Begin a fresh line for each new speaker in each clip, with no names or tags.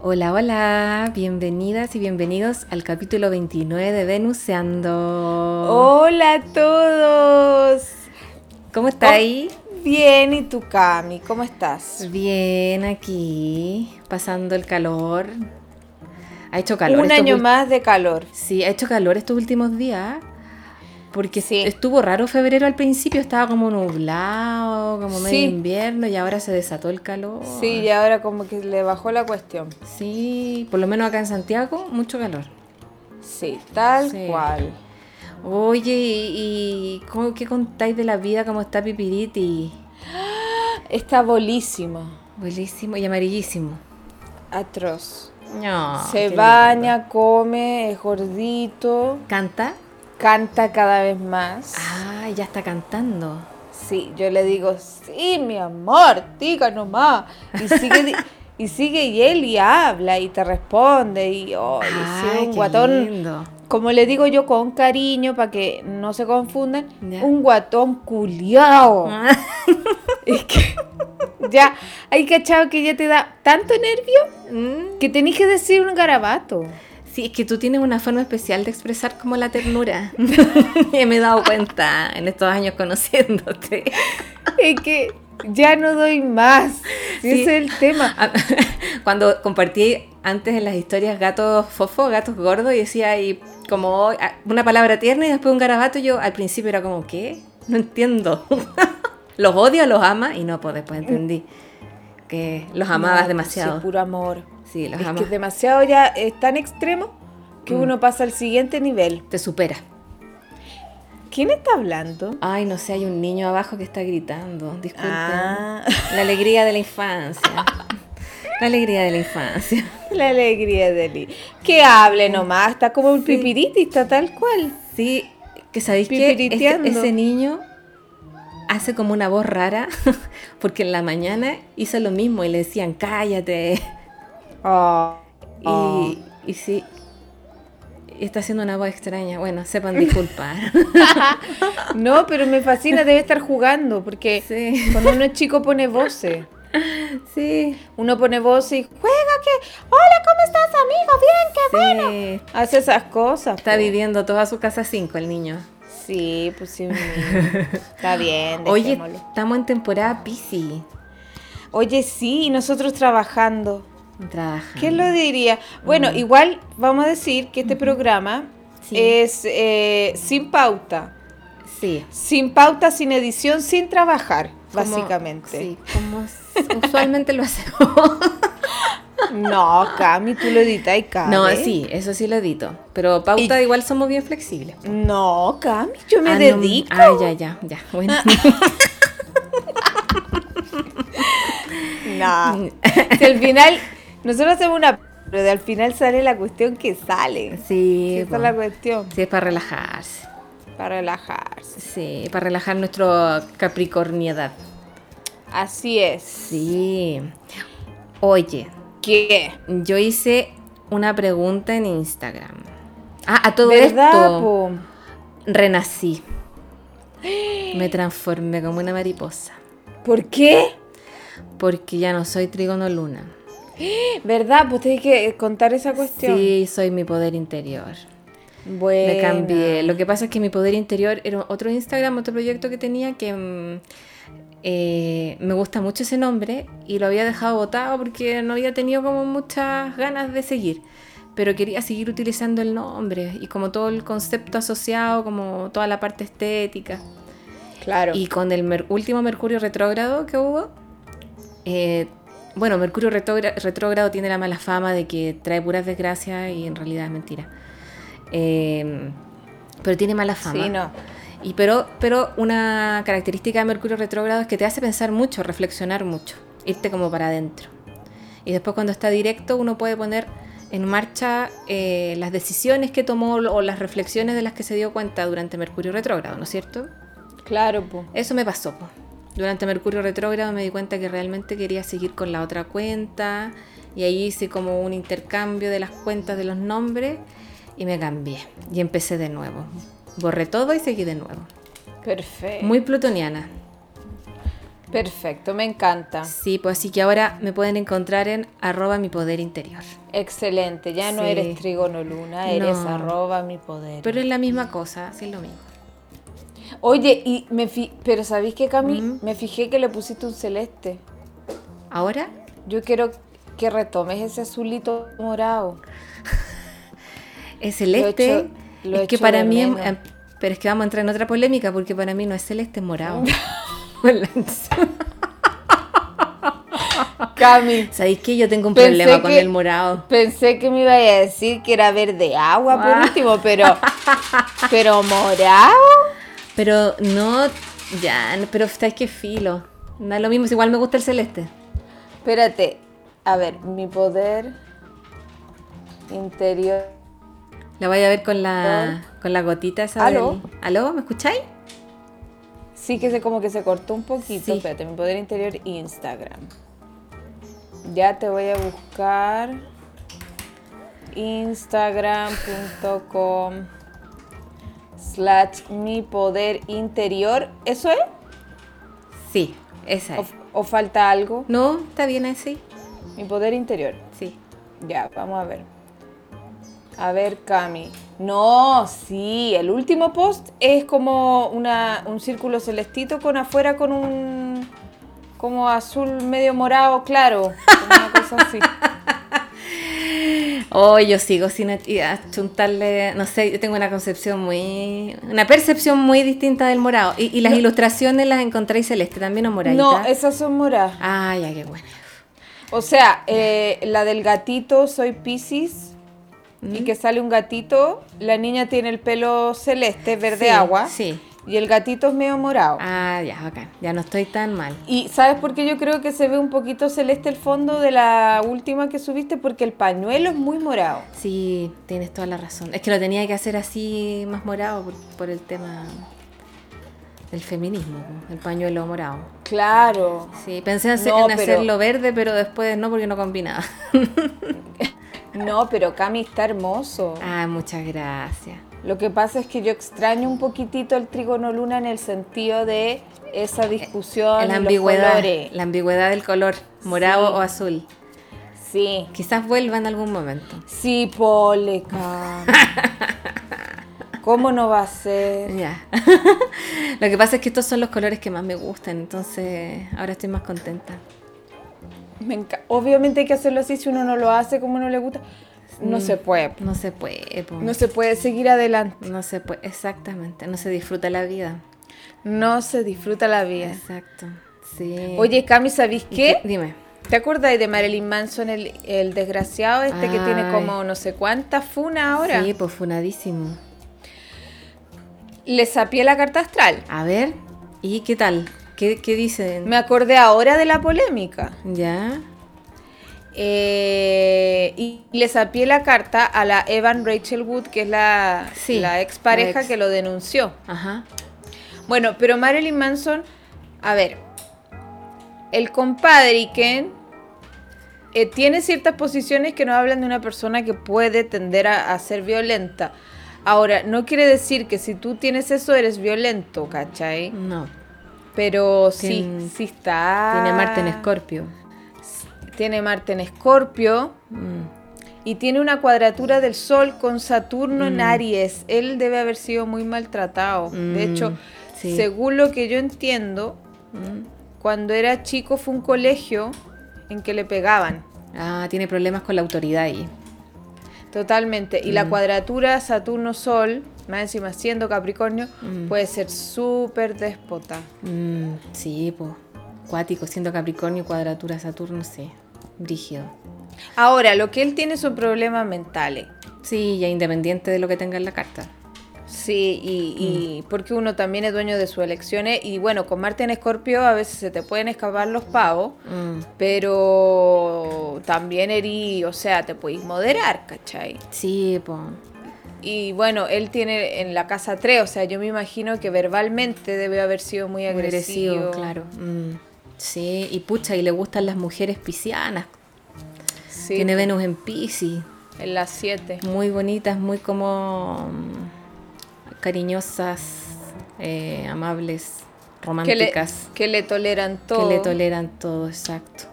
Hola, hola, bienvenidas y bienvenidos al capítulo 29 de Venuseando.
Hola a todos. oh.
¿Cómo está ahí?
Bien, ¿y tú, Cami? ¿Cómo estás?
Bien, aquí, pasando el calor. Ha hecho calor.
Un
estos
año
ul-
más de calor.
Sí, ha hecho calor estos últimos días. Porque
Sí.
estuvo raro febrero al principio, estaba como nublado, como medio
Sí.
invierno, y ahora se desató el calor.
Sí, y ahora como que le bajó la cuestión.
Sí, por lo menos acá en Santiago, mucho calor.
Sí, tal
Sí.
cual.
Oye, ¿y, y cómo- qué contáis de la vida? ¿Cómo está Pipiriti?
Está bolísima.
Buenísimo y amarillísimo.
Atroz.
No,
Se
Ah, qué
baña, come, es gordito,
lindo. ¿Canta?
canta cada vez más.
Ah, ya está cantando.
Sí, yo le digo, sí, mi amor, diga nomás. Y sigue, di- y sigue y él y habla y te responde. Y, oh,
Ay,
un
qué
guatón.
lindo.
Como le digo yo con cariño, para que no se confundan,
Ya. Ah.
un guatón culiao. Es que ya, hay cachado que ya te da tanto nervio
Mm.
que tenés que decir un garabato.
Sí, es que tú tienes una forma especial de expresar como la ternura. Y me he dado cuenta en estos años conociéndote.
Es que ya no doy más. Si
Sí.
Ese es el tema.
Ah, Cuando compartí antes en las historias gatos fofo, gatos gordos, y decía ahí como ah, una palabra tierna y después un garabato, yo al principio era como, ¿qué? No entiendo. los odio, los ama, y no, pues después entendí que los amabas
No, sí,
demasiado.
puro amor.
Sí, los Mm.
es
amas.
que es demasiado ya es tan extremo que uno pasa al siguiente nivel.
Te supera.
¿Quién está hablando?
Ay, no sé, hay un niño abajo que está gritando. Disculpen.
Ah,
La alegría de la infancia. La alegría de la infancia.
la alegría de Lee. Que hable nomás, está como un pipiriti, está tal cual.
Sí, que sabéis que este,
Pipiriteando.
ese niño hace como una voz rara, porque en la mañana hizo lo mismo y le decían cállate.
Oh,
Y,
oh.
y sí, y está haciendo una voz extraña. Bueno, sepan disculpar.
No, pero me fascina, debe estar jugando, porque
Sí,
cuando uno es chico pone voces. Ah,
sí.
Uno pone voces y juega que, hola, ¿cómo estás, amigo? Bien, que...
sí.
Hace esas cosas.
Está
po.
viviendo toda su casa 5 el niño.
Sí, pues sí. un niño. Está bien,
Oye,
dejémoslo.
estamos en temporada Pisces.
Oye, sí, y nosotros trabajando.
Trabaja.
¿Quién lo diría? Bueno, igual vamos a decir que este programa
Mm. Sí.
es eh, sin pauta.
Sí.
Sin pauta, sin edición, sin trabajar,
como-
básicamente.
Sí, como s- usualmente lo hacemos.
No, Cami, tú lo editas y Cami.
No, sí, eso sí lo edito. Pero pauta igual somos bien flexibles.
No, Cami, yo me
Ah, no,
dedico.
ah, ya, ya, ya. Bueno.
No. ah. Si al final, nosotros hacemos una. Pero al final sale la cuestión que sale. Sí,
Sí, pues.
esa es
bueno.
la cuestión.
sí, es para relajarse.
Para relajarse.
Sí, para relajar nuestra capricorniedad.
Así es.
Sí. Oye,
¿Qué?
yo hice una pregunta en Instagram. Ah, a todo
¿Verdad,
esto
po?
renací. Me transformé como una mariposa.
¿Por qué?
Porque ya no soy trigono luna.
¿Verdad? Pues tenés que contar esa cuestión.
Sí, soy mi poder interior.
Bueno.
Me cambié. Lo que pasa es que mi poder interior era otro Instagram, otro proyecto que tenía que mm, eh, me gusta mucho ese nombre y lo había dejado botado porque no había tenido como muchas ganas de seguir. Pero quería seguir utilizando el nombre y como todo el concepto asociado, como toda la parte estética.
Claro.
Y con el mer- último Mercurio retrógrado que hubo, eh, bueno, Mercurio retógra- retrógrado tiene la mala fama de que trae puras desgracias y en realidad es mentira. Eh, pero tiene mala fama.
sí, no.
y pero, pero una característica de Mercurio retrógrado es que te hace pensar mucho, reflexionar mucho, irte como para adentro. Y después cuando está directo uno puede poner en marcha eh, las decisiones que tomó o las reflexiones de las que se dio cuenta durante Mercurio retrógrado, ¿no es cierto?
Claro, pues.
Eso me pasó. po. Durante Mercurio retrógrado me di cuenta que realmente quería seguir con la otra cuenta y ahí hice como un intercambio de las cuentas de los nombres y me cambié y empecé de nuevo. Borré todo y seguí de nuevo.
Perfecto.
Muy plutoniana.
Perfecto, me encanta.
Sí, pues así que ahora me pueden encontrar en arroba mi poder interior.
Excelente, ya no
Sí.
eres trigono luna, eres
No.
arroba mi poder.
Pero es la misma cosa, sí es lo mismo.
Oye, y me fi- pero ¿sabéis qué, Cami? Me fijé que le pusiste un celeste.
Ahora,
Yo quiero que retomes ese azulito morado.
es celeste.
Lo echo- lo
es que
echo
para
de
mí. es-
menos.
eh, pero es que vamos a entrar en otra polémica porque para mí no es celeste, es morado. Bueno,
Cami,
¿Sabéis que Yo tengo un
Pensé
problema con
que-
el morado.
pensé que me iba a decir que era verde agua por
Ah.
último, pero pero morado.
Pero no. Ya, no- pero estáis que filo. No es lo mismo, si igual me gusta el celeste.
Espérate, a ver, mi poder interior.
La voy a ver con la, con la gotita esa.
Ah. ¿Aló?
del- ¿Aló? ¿Me escucháis?
Sí que se como que se cortó un poquito.
Sí.
Espérate, mi poder interior Instagram. Ya te voy a buscar instagram.com slash mi poder interior. ¿Eso es?
Sí, esa
¿O,
es.
o falta algo?
No, está bien así.
Mi poder interior.
Sí.
Ya, vamos a ver. A ver, Cami. No, sí, el último post es como una, un círculo celestito con afuera con un como azul medio morado claro, como una cosa así.
Oh, yo sigo sin ach- achuntarle, no sé, yo tengo una concepción muy, una percepción muy distinta del morado. Y, y las ilustraciones las encontráis celeste también o moradita.
No, esas son moradas.
Ay, ay, qué buena.
O sea, eh, la del gatito soy Pisces
Mm.
y que sale un gatito, la niña tiene el pelo celeste, verde
Sí,
agua
sí.
y el gatito es medio morado.
Ah, ya, bacán. Ya no estoy tan mal.
Y ¿sabes por qué yo creo que se ve un poquito celeste el fondo de la última que subiste? Porque el pañuelo es muy morado.
Sí, tienes toda la razón. Es que lo tenía que hacer así más morado por, por el tema del feminismo, ¿no? el pañuelo morado.
Claro.
Sí, pensé en, hacer-
No,
en
pero-
hacerlo verde, pero después no porque no combinaba.
No, pero Cami está hermoso.
ah, muchas gracias.
Lo que pasa es que yo extraño un poquitito el trigono luna en el sentido de esa discusión,
Eh, la
los
ambigüedad,
colores.
la ambigüedad del color, morado
Sí.
o azul.
Sí.
Quizás vuelva en algún momento.
Sí, Pole, Cami. ¿Cómo no va a ser?
Ya. Lo que pasa es que estos son los colores que más me gustan, entonces ahora estoy más contenta.
Me enca- Obviamente hay que hacerlo así si uno no lo hace como no le gusta.
Mm.
No se puede.
No se puede, po.
No se puede seguir adelante.
No se puede, exactamente, no se disfruta la vida.
No se disfruta la vida.
Exacto. Sí.
Oye, Cami, ¿sabéis
¿Y
qué?
Dime.
¿Te acordáis de Marilyn Manson, el, el desgraciado este que tiene
Ay.
como no sé cuántas funas ahora?
Sí, pues funadísimo.
Le sapié la carta astral.
A ver, ¿y qué tal? ¿Qué, qué dicen?
Me acordé ahora de la polémica.
¿Ya?
Eh, y le sapié la carta a la Evan Rachel Wood, que es la,
Sí,
la expareja
la ex.
que lo denunció.
Ajá.
Bueno, pero Marilyn Manson, a ver, el compadre Ken eh, tiene ciertas posiciones que nos hablan de una persona que puede tender a, a ser violenta. Ahora, no quiere decir que si tú tienes eso eres violento, ¿cachai?
No.
Pero sí,
Tien-
sí está.
Tiene Marte en Escorpio.
Tiene Marte en Escorpio
Mm.
y tiene una cuadratura del Sol con Saturno en Aries. Él debe haber sido muy maltratado. de
Mm. Mm,
hecho,
sí.
según lo que yo entiendo,
Mm.
cuando era chico fue un colegio en que le pegaban
Ah, tiene problemas con la autoridad ahí.
totalmente. Y
Mm.
la cuadratura Saturno-Sol, más encima siendo Capricornio,
Mm.
puede ser súper déspota.
Mm, sí, pues. Cuático, siendo Capricornio, cuadratura Saturno, sí. Brígido.
Ahora, lo que él tiene son problemas mentales.
Sí, ya independiente de lo que tenga en la carta.
Sí, y, y
Mm.
porque uno también es dueño de sus elecciones. Y bueno, con Marte en Escorpio a veces se te pueden escapar los pavos,
Mm.
pero también erí, o sea, te podéis moderar, ¿cachai?
Sí, pues. po.
Y bueno, él tiene en la casa 3, o sea, yo me imagino que verbalmente debe haber sido muy
Muy
agresivo.
agresivo, claro. Mm. Sí, y pucha, y le gustan las mujeres piscianas.
Sí,
Tiene Venus en Piscis.
en la 7.
Muy bonitas, muy como mm, cariñosas, eh, amables,
Que le,
románticas.
que le toleran
Que le,
todo.
toleran todo, exacto.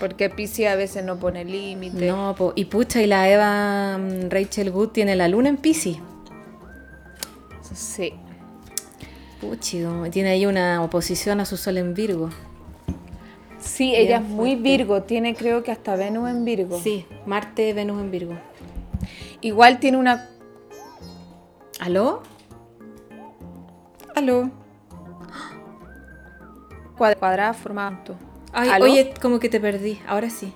porque Pisces a veces no pone límite.
No, po, y pucha, y la Eva mm, Rachel Wood tiene la luna en Piscis.
Sí.
Puchido, tiene ahí una oposición a su sol en Virgo.
Sí,
Bien
ella es muy Virgo, tiene creo que hasta Venus en Virgo.
Sí, Marte, Venus en Virgo.
Igual tiene una
¿Aló? ¿Aló?
cuad- cuadrada formando.
Ay, Oye, como que te perdí. Ahora sí.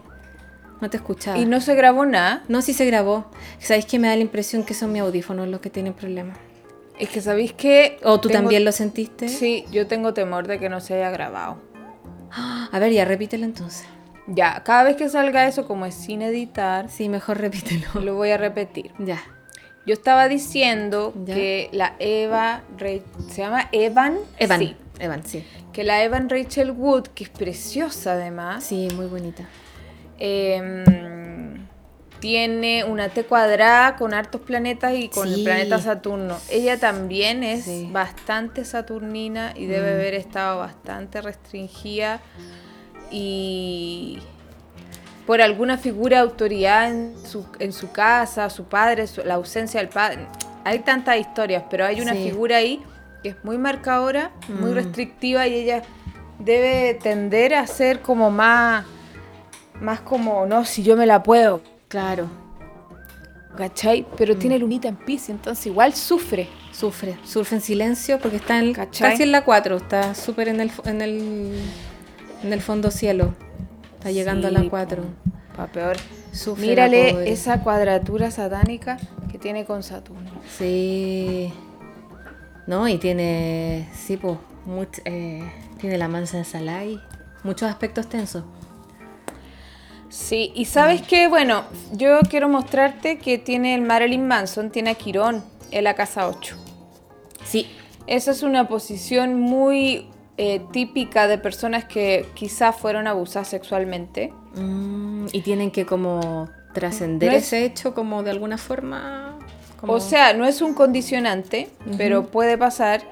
No te escuchaba.
Y
no...
no se grabó nada.
sí se grabó. ¿Sabéis que me da la impresión que son mis audífonos los que tienen problemas?
Es que sabéis que.
¿O tú
tengo-
también lo sentiste?
Sí, yo tengo temor de que no se haya grabado.
Ah, A ver, ya repítelo entonces.
Ya, cada vez que salga eso, como es sin editar,
Sí, mejor repítelo.
lo voy a repetir.
Ya.
Yo estaba diciendo
Ya.
que la Eva. Re- ¿Se llama Evan?
Evan.
Sí.
Evan, sí.
Que la Evan Rachel Wood, que es preciosa además.
Sí, muy bonita.
Eh, tiene una T cuadrada con hartos planetas y con
Sí.
el planeta Saturno. Ella también es
Sí. Mm.
bastante saturnina y debe haber estado bastante restringida y por alguna figura de autoridad en su, en su casa, su padre, su- la ausencia del padre. Hay tantas historias, pero hay una
Sí.
figura ahí que es muy marcadora, muy
Mm.
restrictiva y ella debe tender a ser como más, más como, no, si yo me la puedo,
Claro.
¿cachai? Pero tiene lunita en Pisces, entonces igual sufre.
Sufre. Surfe en silencio porque está en,
¿Cachai?
casi en la 4. Está súper en el, fo- en, el, en el fondo cielo. Está llegando a
Sí,
la 4.
po, Pa' peor.
Sufre la
Mírale
pobre.
esa cuadratura satánica que tiene con Saturno.
Sí. No, y tiene. Sí, pues. tiene la mansa ensalada y muchos aspectos tensos.
Sí, y sabes que, bueno, yo quiero mostrarte que tiene el Marilyn Manson, tiene a Quirón en la casa 8.
Sí.
Esa es una posición muy eh, típica de personas que quizás fueron abusadas sexualmente.
Mm, y tienen que como trascender
No es-
ese hecho como de alguna forma. como-
O sea, no es un condicionante, pero puede pasar.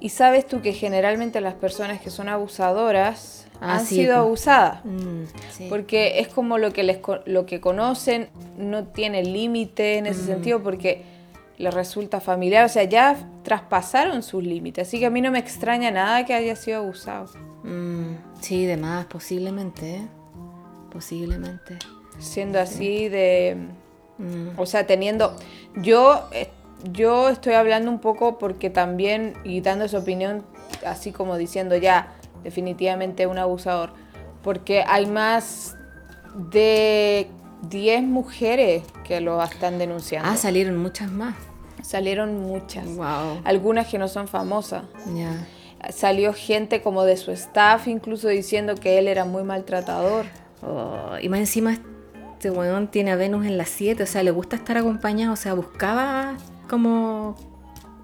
Y sabes tú que generalmente las personas que son abusadoras
Ah,
han
sí,
sido
po.
abusadas.
Mm, sí.
Porque es como lo que, les, co- lo que conocen, no tiene límite en
Mm.
ese sentido porque les resulta familiar. O sea, ya traspasaron sus límites. Así que a mí no me extraña nada que haya sido abusado.
Mm, sí, de más, posiblemente. ¿eh? Posiblemente.
Siendo así de...
Mm,
O sea, teniendo... Yo, eh, yo estoy hablando un poco porque también, y dando su opinión, así como diciendo ya, definitivamente un abusador. Porque hay más de 10 mujeres que lo están denunciando.
Ah, salieron muchas más.
Salieron muchas.
Wow.
Algunas que no son famosas.
Ya.
Salió gente como de su staff, incluso diciendo que él era muy maltratador.
Oh, y más encima, este weón tiene a Venus en las 7, o sea, le gusta estar acompañado, o sea, buscaba como,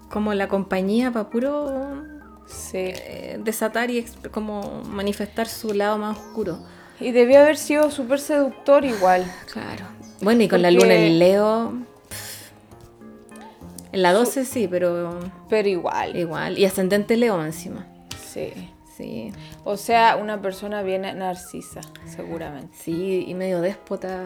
como la compañía para puro
Sí.
eh, desatar y exp- como manifestar su lado más oscuro.
Y debió haber sido súper seductor igual.
Claro. Bueno, y con la
Porque-
luna en Leo. pff, En la 12 sí, pero
Pero igual.
igual. Y ascendente Leo encima.
Sí.
Sí,
O sea, una persona bien narcisa, seguramente.
sí, y medio déspota.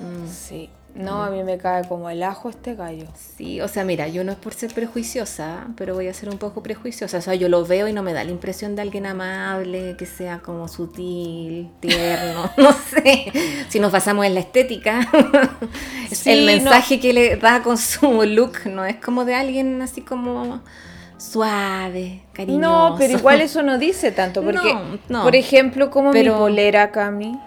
Mm.
Sí. No, a mí me cae como el ajo este gallo.
Sí, o sea, mira, yo no es por ser prejuiciosa, pero voy a ser un poco prejuiciosa. O sea, yo lo veo y no me da la impresión de alguien amable, que sea como sutil, tierno, no sé. Si nos basamos en la estética, es
Sí,
el
no.
mensaje que le da con su look no es como de alguien así como suave, cariñoso.
No, pero igual eso no dice tanto. Porque,
No, no.
por ejemplo, como mi
Pero-
polera, Cami.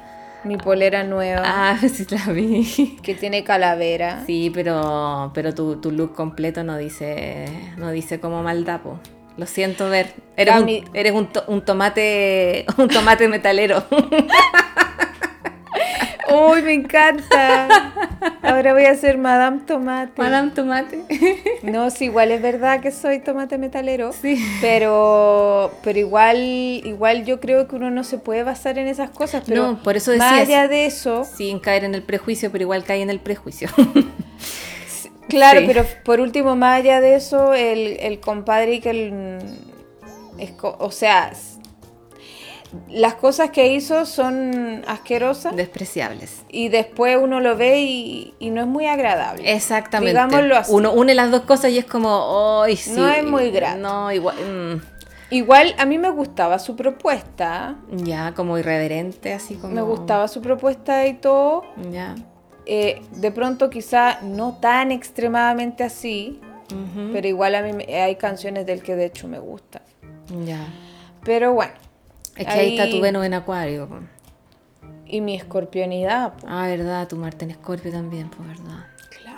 Mi polera nueva.
Ah, sí la vi.
Que tiene calavera.
Sí, pero, pero tu, tu look completo no dice, no dice como maldad, po. Lo siento ver. Eres,
Gauni-
un, eres un, to- un tomate un tomate metalero.
¡Uy, me encanta! Ahora voy a ser Madame Tomate.
Madame Tomate.
No, sí, igual es verdad que soy tomate metalero.
Sí.
Pero, pero igual, igual yo creo que uno no se puede basar en esas cosas. Pero
No, por eso
Más
decías-
allá de eso,
Sin caer en el prejuicio, pero igual cae en el prejuicio.
claro,
Sí.
pero por último, más allá de eso, el, el compadre que el, es co- o sea, s- las cosas que hizo son asquerosas
Despreciables.
y después uno lo ve y, y no es muy agradable.
Exactamente.
Digámoslo así.
Uno une las dos cosas y es como, ¡ay, sí!
No es muy grato.
No, igual.
Igual a mí me gustaba su propuesta,
mm, ya, como irreverente, así como.
me gustaba su propuesta y todo.
Ya.
eh, de pronto quizá no tan extremadamente así,
ujú,
pero igual a mí me- hay canciones del que de hecho me gustan.
Ya.
Pero bueno,
Es que ahí, está tu Venus en Acuario. po.
y mi escorpionidad, po.
Ah, verdad, tu Marte en Escorpio también, pues, verdad.
claro.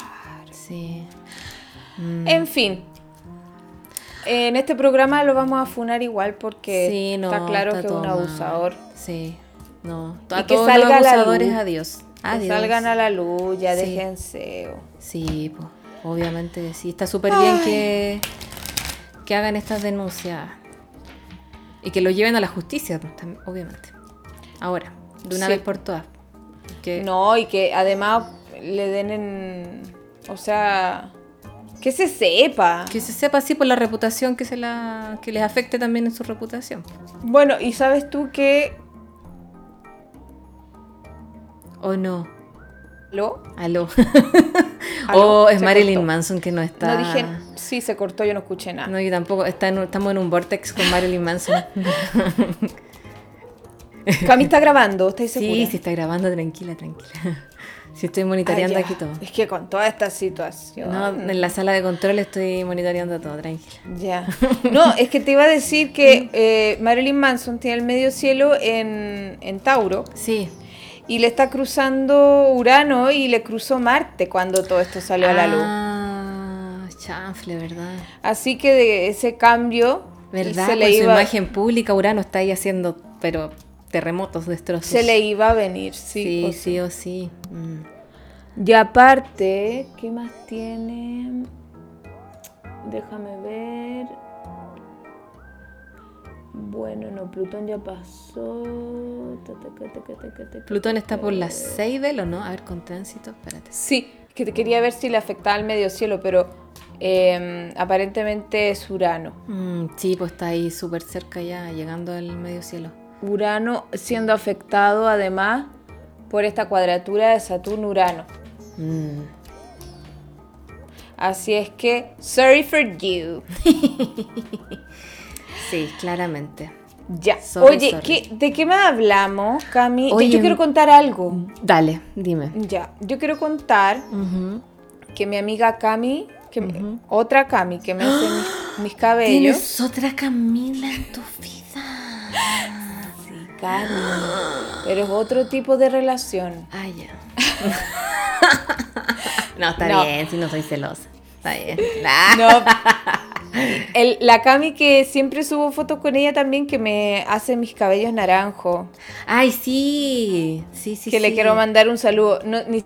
Sí.
En fin, en este programa lo vamos a funar igual porque
sí, no.
está claro que es
todo
un
mal.
abusador.
Sí, no.
Y
A
que
todos los
salga a la
abusadores,
luz.
adiós.
Que
Adiós.
salgan a la luz, ya
Sí.
déjense. o-
Sí, pues, obviamente sí. Está súper bien que, que hagan estas denuncias. Y que lo lleven a la justicia, pues, tam- obviamente. Ahora, de una
Sí.
vez por todas. Que,
No, y que además le den en... O sea, que se sepa.
que se sepa así por la reputación, que, se la, que les afecte también en su reputación.
Bueno, y sabes tú que...
¿O no?
¿Lo?
Aló.
Aló,
o es
se
Marilyn
cortó.
Manson que no está.
No dije... Sí, se cortó, yo no escuché nada.
No, yo tampoco. Está en un- estamos en un vortex con Marilyn Manson.
Cami está grabando, ¿estáis
sí,
seguros?
sí, está grabando, tranquila, tranquila. Sí, estoy monitoreando aquí todo.
Es que con toda esta situación...
No, en la sala de control estoy monitoreando todo, tranquila.
Ya. No, es que te iba a decir que eh, Marilyn Manson tiene el medio cielo en, en Tauro
Sí.
y le está cruzando Urano y le cruzó Marte cuando todo esto salió a la luz.
Ah, chanfle, ¿verdad?
Así que de ese cambio
¿Verdad?
se
Con
le
su
iba
imagen pública, Urano está ahí haciendo, pero terremotos destrozos.
se le iba a venir, sí.
Sí,
o
sí o sí. Mm.
Y aparte, ¿qué más tiene? Déjame ver. Bueno, no, Plutón ya pasó. Ta, ta, ca, ta, ca, ta, ca, ta, ca.
Plutón está por las 6 del o no? A ver, con tránsito, espérate.
Sí, que te quería ver si le afectaba al medio cielo, pero eh, aparentemente es Urano.
Mm, sí, pues está ahí súper cerca ya, llegando al medio cielo.
Urano siendo afectado además por esta cuadratura de Saturno-Urano.
Mm.
Así es que, sorry for you.
Sí, claramente.
Ya.
Sorry,
Oye,
sorry.
¿qué- ¿de qué más hablamos, Cami? Yo-
Oye, mm.
yo quiero contar algo.
Dale, dime.
Ya, yo quiero contar
Ujú.
que mi amiga Cami, que me- otra Cami que me hace mis, mis cabellos.
Tienes otra Camila en tu vida.
Sí, Cami. Pero es otro tipo de relación.
Ah, ya. no, está
No.
bien, si no soy celosa. Está bien. Ah,
No. El- la Cami que siempre subo fotos con ella también, que me hace mis cabellos naranjo.
Ay, sí. Sí, sí,
que le
sí.
quiero mandar un saludo. No, ni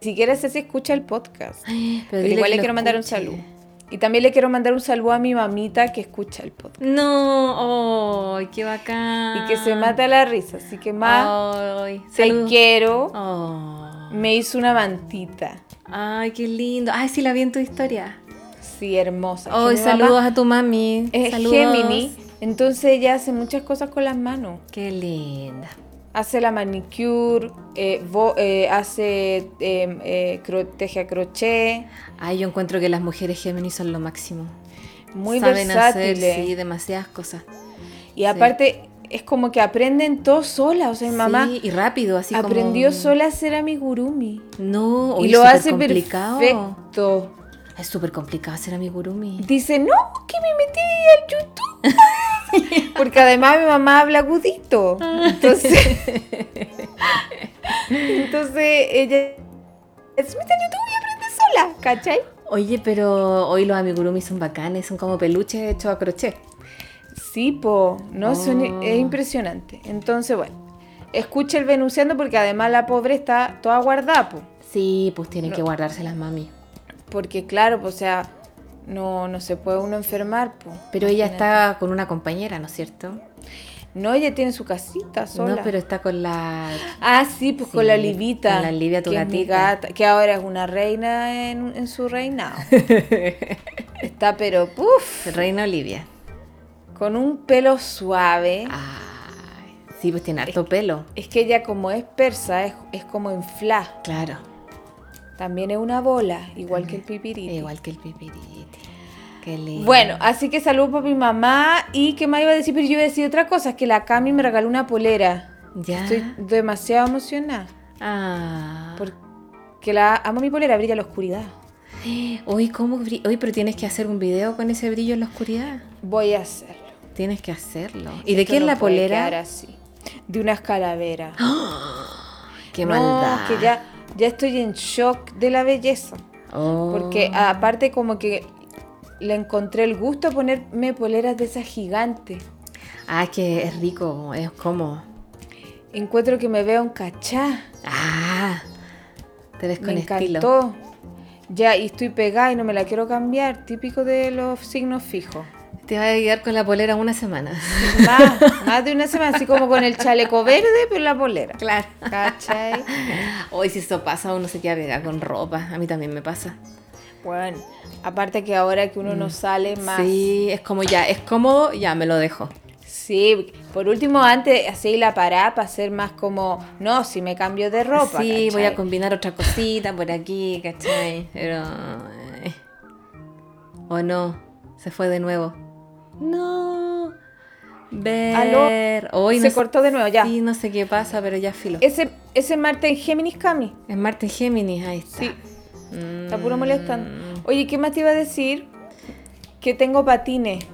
siquiera sé si escucha el podcast.
Ay, pero
Pero
dile
igual
que
le
lo
quiero mandar un
escuche.
saludo. Y también le quiero mandar un saludo a mi mamita que escucha el podcast.
No, ay, qué bacán.
Y que se mata la risa. Así que más
Ay,
te
Ah. Oh, saludos.
quiero.
Oh.
Me hizo una mantita.
Ay, qué lindo. Ay, sí, la vi en tu historia.
Sí, hermosa. Que
Ay,
mi
Oh, saludos
mamá
a tu mami.
Es
saludos.
Gemini. Entonces ella hace muchas cosas con las manos.
Qué linda.
Hace la manicure, eh, vo- eh, hace eh, eh, cro- teje a crochet.
Ay, yo encuentro que las mujeres Géminis son lo máximo.
Muy
Saben
versátiles.
hacer, sí, demasiadas cosas.
Y aparte es como que aprenden todo sola. O sea, mi mamá
Sí, y rápido, así como-
aprendió sola a ser amigurumi.
No,
y
oye,
lo
es
hace
supercomplicado.
perfecto.
Es súper complicado hacer amigurumi.
Dice, no, que me metí al
Ah.
YouTube. Porque además mi mamá habla agudito. Entonces, Entonces ella es mete en YouTube y aprende sola, ¿cachai?
Oye, pero hoy los amigurumi son bacanes, son como peluches hechos a crochet.
Sí, po, no, son-
Oh.
es impresionante. Entonces, bueno, escucha el venusiano porque además la pobre está toda guardada, po.
Sí, pues tienen
No.
que guardarse las mami.
Porque claro, po, o sea, no, no se puede uno enfermar, po.
Pero ella está con una compañera, ¿no es cierto?
No, ella tiene su casita sola.
No, pero está con la...
Ah, sí, pues
Sí,
con la Livita.
con la Livia, tu
que es mi
gatita.
gata, que ahora es una reina en, en su reinado. Está, pero, puff,
Reina Olivia.
con un pelo suave.
Ah. Ay, sí, pues tiene harto pelo.
Es que ella, como es persa, es, es como infla.
Claro.
También es una bola, igual que el pipirito.
Igual que el pipiriti. Qué lindo.
Bueno, así que saludos para mi mamá. ¿Y qué más iba a decir? Pero yo iba a decir otra cosa: que la Cami me regaló una polera.
ya.
Estoy demasiado emocionada.
Ah.
Porque la amo mi polera, brilla la oscuridad.
Uy, ¿cómo bri- Uy, pero tienes que hacer un video con ese brillo en la oscuridad.
Voy a hacerlo.
Tienes que hacerlo. ¿Y de
Esto
quién
no
la
puede
polera?
quedar así. De unas calaveras.
Qué
¡Ah! no,
maldad.
que ya, ya estoy en shock de la belleza.
Oh.
Porque aparte como que le encontré el gusto a ponerme poleras de esas gigantes.
Ah, que es rico, es como.
Encuentro que me veo un cachá.
Ah. Te ves con
Me
estilo.
encantó. Ya, y estoy pegada y no me la quiero cambiar. Típico de los signos fijos.
Te va a quedar con la polera una semana.
Más, más de una semana, así como con el chaleco verde, pero la polera.
Claro.
¿Cachai?
Hoy si eso pasa, uno se queda pegado con ropa. A mí también me pasa.
Bueno, aparte que ahora que uno no sale más.
Sí, es como ya, es cómodo, ya me lo dejo.
Sí, por último, antes así la pará para ser más como, no, si me cambio de ropa.
sí, voy a
¿cachai?
combinar otra cosita por aquí, ¿cachai? Pero... eh. O no, se fue de nuevo. No. Ver...
Aló,
Hoy
se cortó de nuevo, ya.
Sí, no sé qué pasa, pero ya filo. Es,
Ese, ese Marte en Géminis Cami.
Marte en Géminis, ahí está.
Sí,
Mm.
está puro molestando. Oye, ¿qué más te iba a decir? Que tengo patines.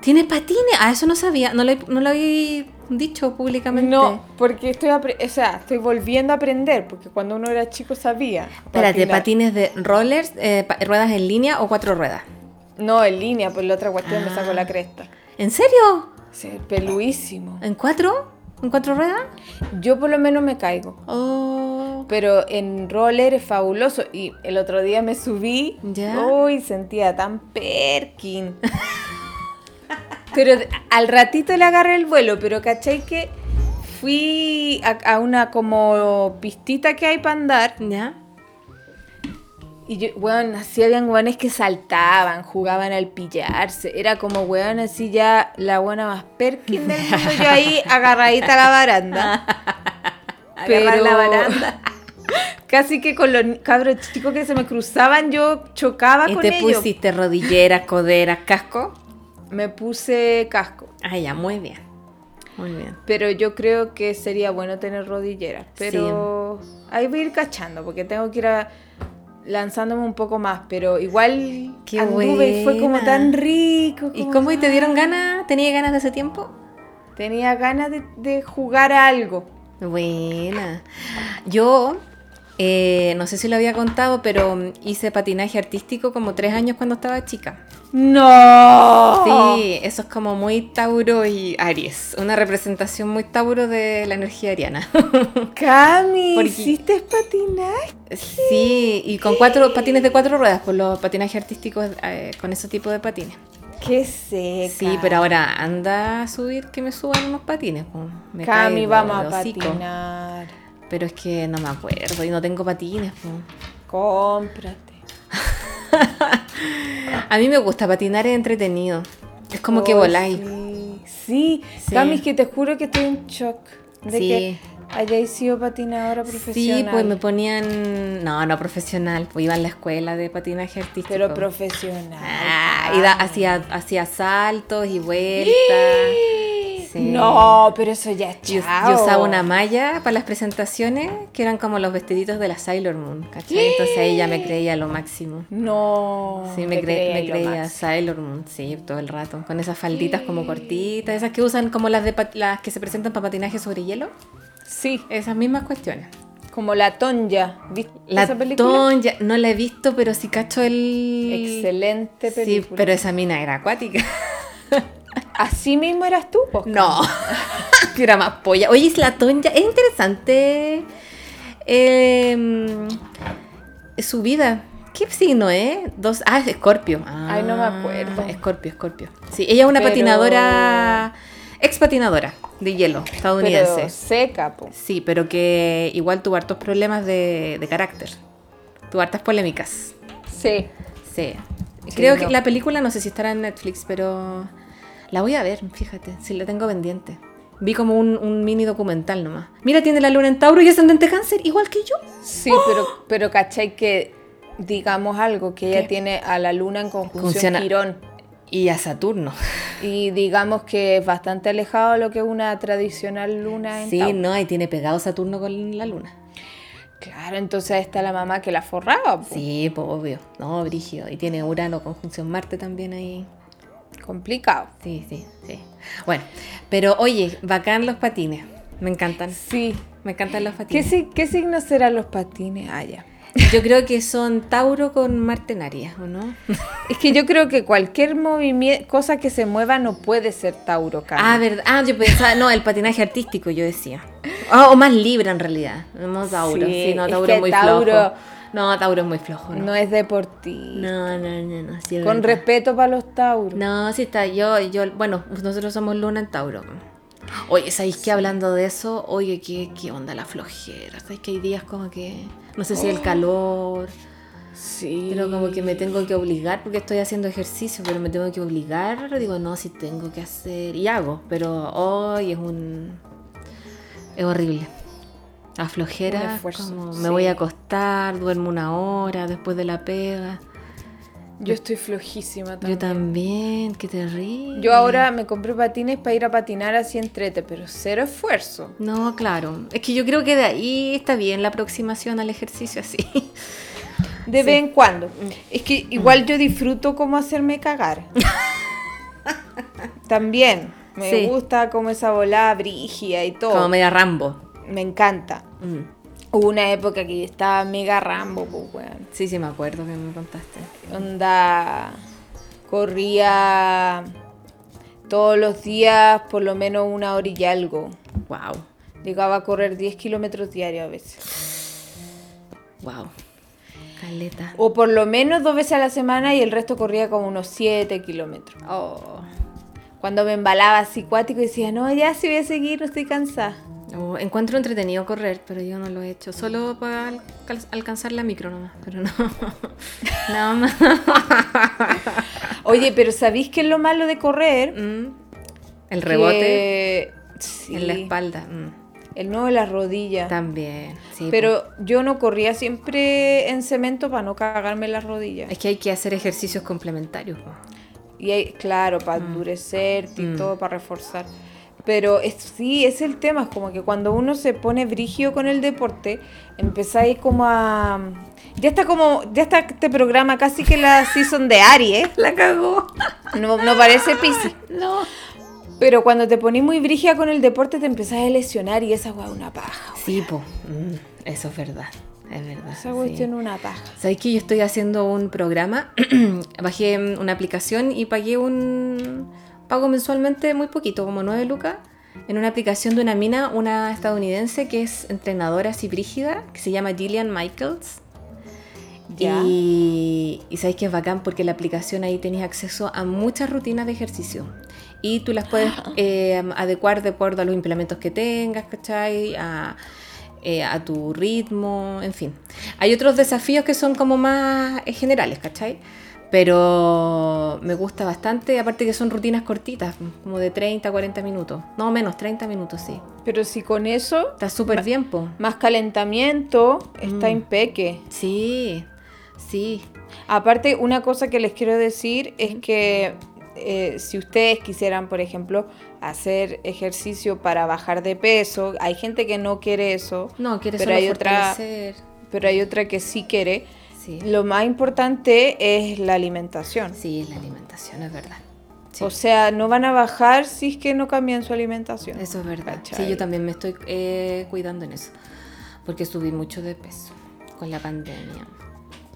¿Tiene patines? Ah, eso no sabía, no lo, he- no lo había dicho públicamente.
No, porque estoy, apre- o sea, estoy volviendo a aprender, porque cuando uno era chico sabía.
Espérate,
patinar.
patines de rollers, eh, pa- ruedas en línea o cuatro ruedas.
No, en línea, por la otra cuestión me
Ah.
saco la cresta.
¿En serio?
Sí, peluísimo.
¿En cuatro? ¿En cuatro ruedas?
Yo por lo menos me caigo.
Oh.
Pero en roller es fabuloso. Y el otro día me subí.
Ya.
Uy, sentía tan perkin. pero al ratito le agarré el vuelo, pero cachai que fui a, a una como pistita que hay para andar.
¿Ya?
Y yo, weón, así habían weones que saltaban, jugaban al pillarse. Era como, weón, así ya la buena más perkin del mundo. Yo ahí agarradita a la baranda.
Agarrar la baranda.
Casi que con los ni- cabros chicos que se me cruzaban, yo chocaba
¿Y
con
te
ellos.
pusiste rodilleras, coderas, casco?
Me puse casco.
Ah, ya, muy bien. Muy bien.
Pero yo creo que sería bueno tener rodilleras. Pero ahí voy a ir cachando, porque tengo que ir a- lanzándome un poco más. Pero igual
Qué
anduve y fue como
buena.
tan rico.
¿Y
como-
cómo y te dieron ganas? ¿Tenías ganas de ese tiempo?
Tenía ganas de, de jugar a algo.
Buena. Yo, eh, no sé si lo había contado, pero mm, hice patinaje artístico como tres años cuando estaba chica.
¡No!
Sí, eso es como muy Tauro y Aries. Una representación muy Tauro de la energía ariana.
Cami,
Porque-
¿hiciste patinaje?
Sí, y con cuatro patines de cuatro ruedas, por los patinajes artísticos eh, con ese tipo de patines.
¡Qué seca!
Sí, pero ahora anda a subir que me suban unos patines. po. Me
Cami,
caigo
vamos a
de hocico.
patinar.
Pero es que no me acuerdo y no tengo patines. pues. po.
Cómprate.
A mí me gusta patinar, es entretenido. Es como que
Oh,
voláis.
Sí, sí.
Sí.
Cami, es que te juro que estoy en shock de
Sí.
que hayáis sido patinadora profesional.
Sí, pues me ponían. No, no profesional, pues iba a la escuela de patinaje artístico.
Pero profesional.
Ah, y da- hacía, hacía saltos y vueltas. Sí.
Ah. No, pero eso ya es
Yo, yo
chao.
usaba una malla para las presentaciones que eran como los vestiditos de la Sailor Moon, ¿cachai? Entonces ahí ya me creía lo máximo.
No.
Sí, me, cre- me
te creí lo
creía
máximo.
Sailor Moon, sí, todo el rato. Con esas falditas como cortitas, esas que usan como las, de pat- las que se presentan para patinaje sobre hielo.
Sí,
Esas mismas cuestiones.
como la Tonja. ¿Viste
La
esa película?
Tonya, no la he visto, pero sí cacho el...
Excelente
Sí,
película.
pero esa mina era acuática.
Así mismo eras tú, pues, po.
No, era más polla. Oye, es la Tonya, es interesante eh, su vida. ¿Qué signo, eh? Dos, ah, es Escorpio. Ah,
Ay, no me acuerdo.
Escorpio, Escorpio. Sí, ella es una
Pero-
patinadora, ex patinadora de hielo estadounidense.
Pero seca, pues. po.
Sí, pero que igual tuvo hartos problemas de, de carácter. Tuvo hartas polémicas.
Sí.
Sí.
Sí,
Creo
no.
que la película no sé si estará en Netflix, pero la voy a ver, fíjate, si la tengo pendiente. Vi como un, un mini documental nomás. Mira, tiene la luna en Tauro y ascendente cáncer, igual que yo.
Sí, pero, pero cachai que digamos algo, que ella
¿Qué?
tiene a la luna en conjunción
Funciona.
Quirón.
Y a Saturno.
Y digamos que es bastante alejado de lo que es una tradicional luna en
Sí,
Tauro.
no, y tiene pegado Saturno con la luna.
Claro, entonces ahí está la mamá que la forraba, po.
Sí, pues obvio. No, brígido. Y tiene Urano conjunción Marte también ahí.
Complicado.
Sí, sí, sí. Bueno, pero oye, bacán los patines. Me encantan.
Sí.
Me encantan los
¿Qué,
patines.
si- qué signo serán los patines? Ah, ya.
Yo creo que son Tauro con Marte en Aries, ¿o no?
Es que yo creo que cualquier movimiento, cosa que se mueva no puede ser Tauro, Carmen.
Ah, verdad. Ah, yo pensaba, no, el patinaje artístico, yo decía. Ah, o más Libra en realidad. No Tauro.
Sí,
Sí, no,
es
Tauro es,
que
muy
Tauro-
flojo. No, Tauro es muy flojo, ¿no?
no es deportivo.
No, no, no, no. sí es
Con
verdad.
respeto para los Tauros.
No, sí está, yo, yo, bueno, nosotros somos Luna en Tauro. Oye, ¿sabéis que hablando de eso? Oye, ¿qué, qué onda la flojera? ¿Sabéis que hay días como que, no sé si
Oh.
el calor,
Sí.
pero como que me tengo que obligar porque estoy haciendo ejercicio, pero me tengo que obligar, digo, no, si tengo que hacer, y hago, pero hoy es un, es horrible. La
Un
flojera,
esfuerzo,
como
sí.
me voy a acostar, duermo una hora después de la pega.
Yo estoy flojísima también.
Yo también, qué terrible.
Yo ahora me compré patines para ir a patinar así entrete, pero cero esfuerzo.
No, claro. Es que yo creo que de ahí está bien la aproximación al ejercicio así.
De vez en cuando.
Mm.
Es que igual yo disfruto como hacerme cagar. también. Me
Sí.
gusta como esa volada brígida y todo.
Como
Me...
media Rambo.
encanta.
Mm.
Hubo una época que yo estaba mega rambo, pues, weón.
Sí, sí, me acuerdo que me contaste.
Onda. Corría todos los días por lo menos una hora y algo.
Wow,
Llegaba a correr 10 kilómetros diarios a veces.
wow. Caleta.
O por lo menos dos veces a la semana y el resto corría como unos 7 kilómetros.
Oh.
Cuando me embalaba así cuático y decía, no, ya sí voy a seguir, no estoy cansada.
Oh, encuentro entretenido correr, pero yo no lo he hecho. Solo para al- cal- alcanzar la micro nomás, pero no. Nada más.
Oye, pero ¿sabéis qué es lo malo de correr?
Mm. El rebote
Que- Sí,
en la espalda. mm.
El nudo de las rodillas.
También. Sí,
Pero yo no corría siempre en cemento para no cagarme las rodillas.
Es que hay que hacer ejercicios complementarios. po.
Y hay- claro, para endurecerte y
Mm.
todo, para reforzar. Pero es- sí, es el tema, es como que cuando uno se pone brígido con el deporte, empezáis como a... Ya está como, ya está este programa casi que la season de Aries,
La cagó.
no, no parece Pisces.
No.
Pero cuando te ponís muy brígida con el deporte te empezás a lesionar y esa weá es una paja.
Sí, po. Mm, eso es verdad. Es verdad.
Esa
sí.
cuestión es una paja.
¿Sabéis que yo estoy haciendo un programa? Bajé una aplicación y pagué un. Pago mensualmente muy poquito, como 9 lucas, en una aplicación de una mina, una estadounidense que es entrenadora así brígida, que se llama Gillian Michaels.
Ya.
Y, y sabéis que es bacán porque la aplicación ahí tenéis acceso a muchas rutinas de ejercicio. Y tú las puedes
Ah.
eh, adecuar de acuerdo a los implementos que tengas, ¿cachai? A, eh, a tu ritmo, en fin. Hay otros desafíos que son como más eh, generales, ¿cachai? Pero me gusta bastante, aparte que son rutinas cortitas, como de 30, 40 minutos. No menos, 30 minutos, sí.
Pero si con eso,
Está súper bien, po.
más calentamiento, está
Mm.
impeque.
Sí, sí.
Aparte, una cosa que les quiero decir es que eh, si ustedes quisieran, por ejemplo, hacer ejercicio para bajar de peso, hay gente que no quiere eso,
No, quiere
Pero
solo
hay otra-
fortalecer.
pero hay otra que sí quiere.
Sí.
Lo más importante es la alimentación.
Sí, la alimentación es verdad. Sí.
O sea, no van a bajar si es que no cambian su alimentación.
Eso es verdad.
¿Cachai?
Sí, yo también me estoy eh, cuidando en eso. Porque subí mucho de peso con la pandemia.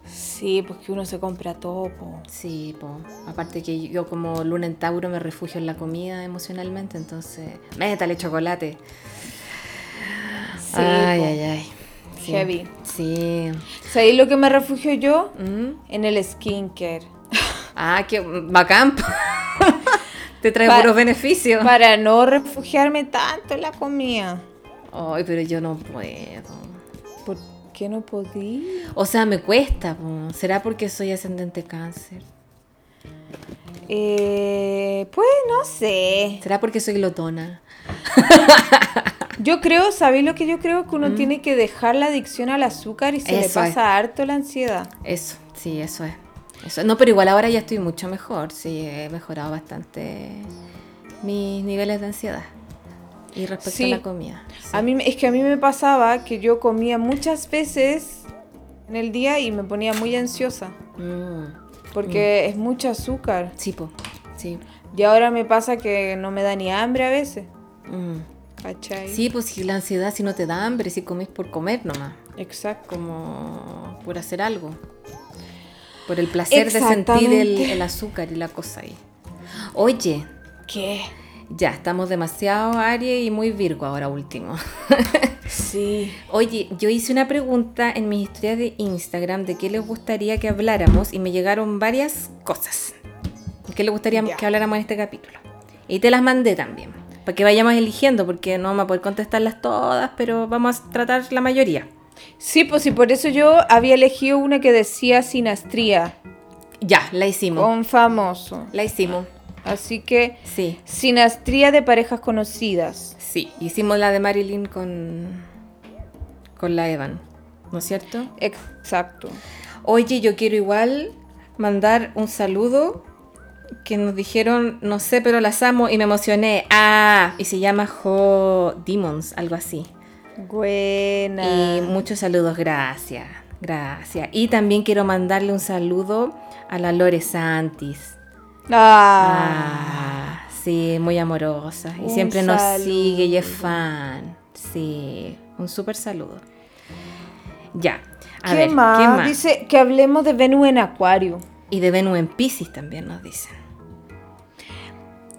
Sí, pues que uno se compra todo. po.
Sí, po. aparte que yo como luna en Tauro me refugio en la comida emocionalmente, entonces... Métale chocolate. Ah,
Sí,
ay,
po.
ay, ay. Sí.
Heavy.
Sí.
¿Sabéis lo que me refugio yo?
Mm.
En el skincare.
Ah, qué bacán. po. Te trae
Pa-
puros beneficios.
Para no refugiarme tanto en la comida.
Ay, pero yo no puedo.
¿Por qué no podía?
O sea, me cuesta. po. ¿Será porque soy ascendente cáncer?
Eh, pues no sé.
¿Será porque soy glotona?
Yo creo, ¿sabéis lo que yo creo? Que uno tiene que dejar la adicción al azúcar y se le
Mm. Eso es.
pasa harto la ansiedad.
Eso, sí, eso es. Eso. No, pero igual ahora ya estoy mucho mejor. Sí, he mejorado bastante mis niveles de ansiedad. Y respecto
Sí.
a la comida. sí.
A mí, me- es que a mí me pasaba que yo comía muchas veces en el día y me ponía muy ansiosa.
Mm,
Porque es mucho azúcar.
sí, po. Sí.
Y ahora me pasa que no me da ni hambre a veces.
Mm.
¿Cachai?
Sí, pues si la ansiedad, si no te da hambre, si comís por comer nomás.
Exacto.
Como por hacer algo. Por el placer de sentir el,
Exactamente.
el azúcar y la cosa ahí. Oye,
¿Qué?
ya, estamos demasiado Aries y muy Virgo ahora último.
Sí.
Oye, yo hice una pregunta en mis historias de Instagram de qué les gustaría que habláramos y me llegaron varias cosas. ¿Qué les gustaría
Ya.
que habláramos en este capítulo? Y te las mandé también, para que vayamos eligiendo, porque no vamos a poder contestarlas todas, pero vamos a tratar la mayoría.
Sí, pues y por eso yo había elegido una que decía sinastría
Ya, la hicimos.
con famoso.
La hicimos.
Así que
Sí,
sinastría de parejas conocidas.
sí. Hicimos la de Marilyn con, con la Evan, ¿no es cierto?
Exacto.
Oye, yo quiero igual mandar un saludo que nos dijeron, no sé, pero las amo y me emocioné. Ah, y se llama Jo Demons, algo así.
Buena.
Y muchos saludos, gracias, gracias. Y también quiero mandarle un saludo a la Lore Santis.
Ah.
Ah, sí, muy amorosa. Y
Un
siempre nos
saludo.
sigue y es fan. Sí, un súper saludo. Ya. A
¿Qué,
ver,
más?
¿qué más?
Dice que hablemos de Venus en Acuario.
Y de Venus en Pisces también nos dicen.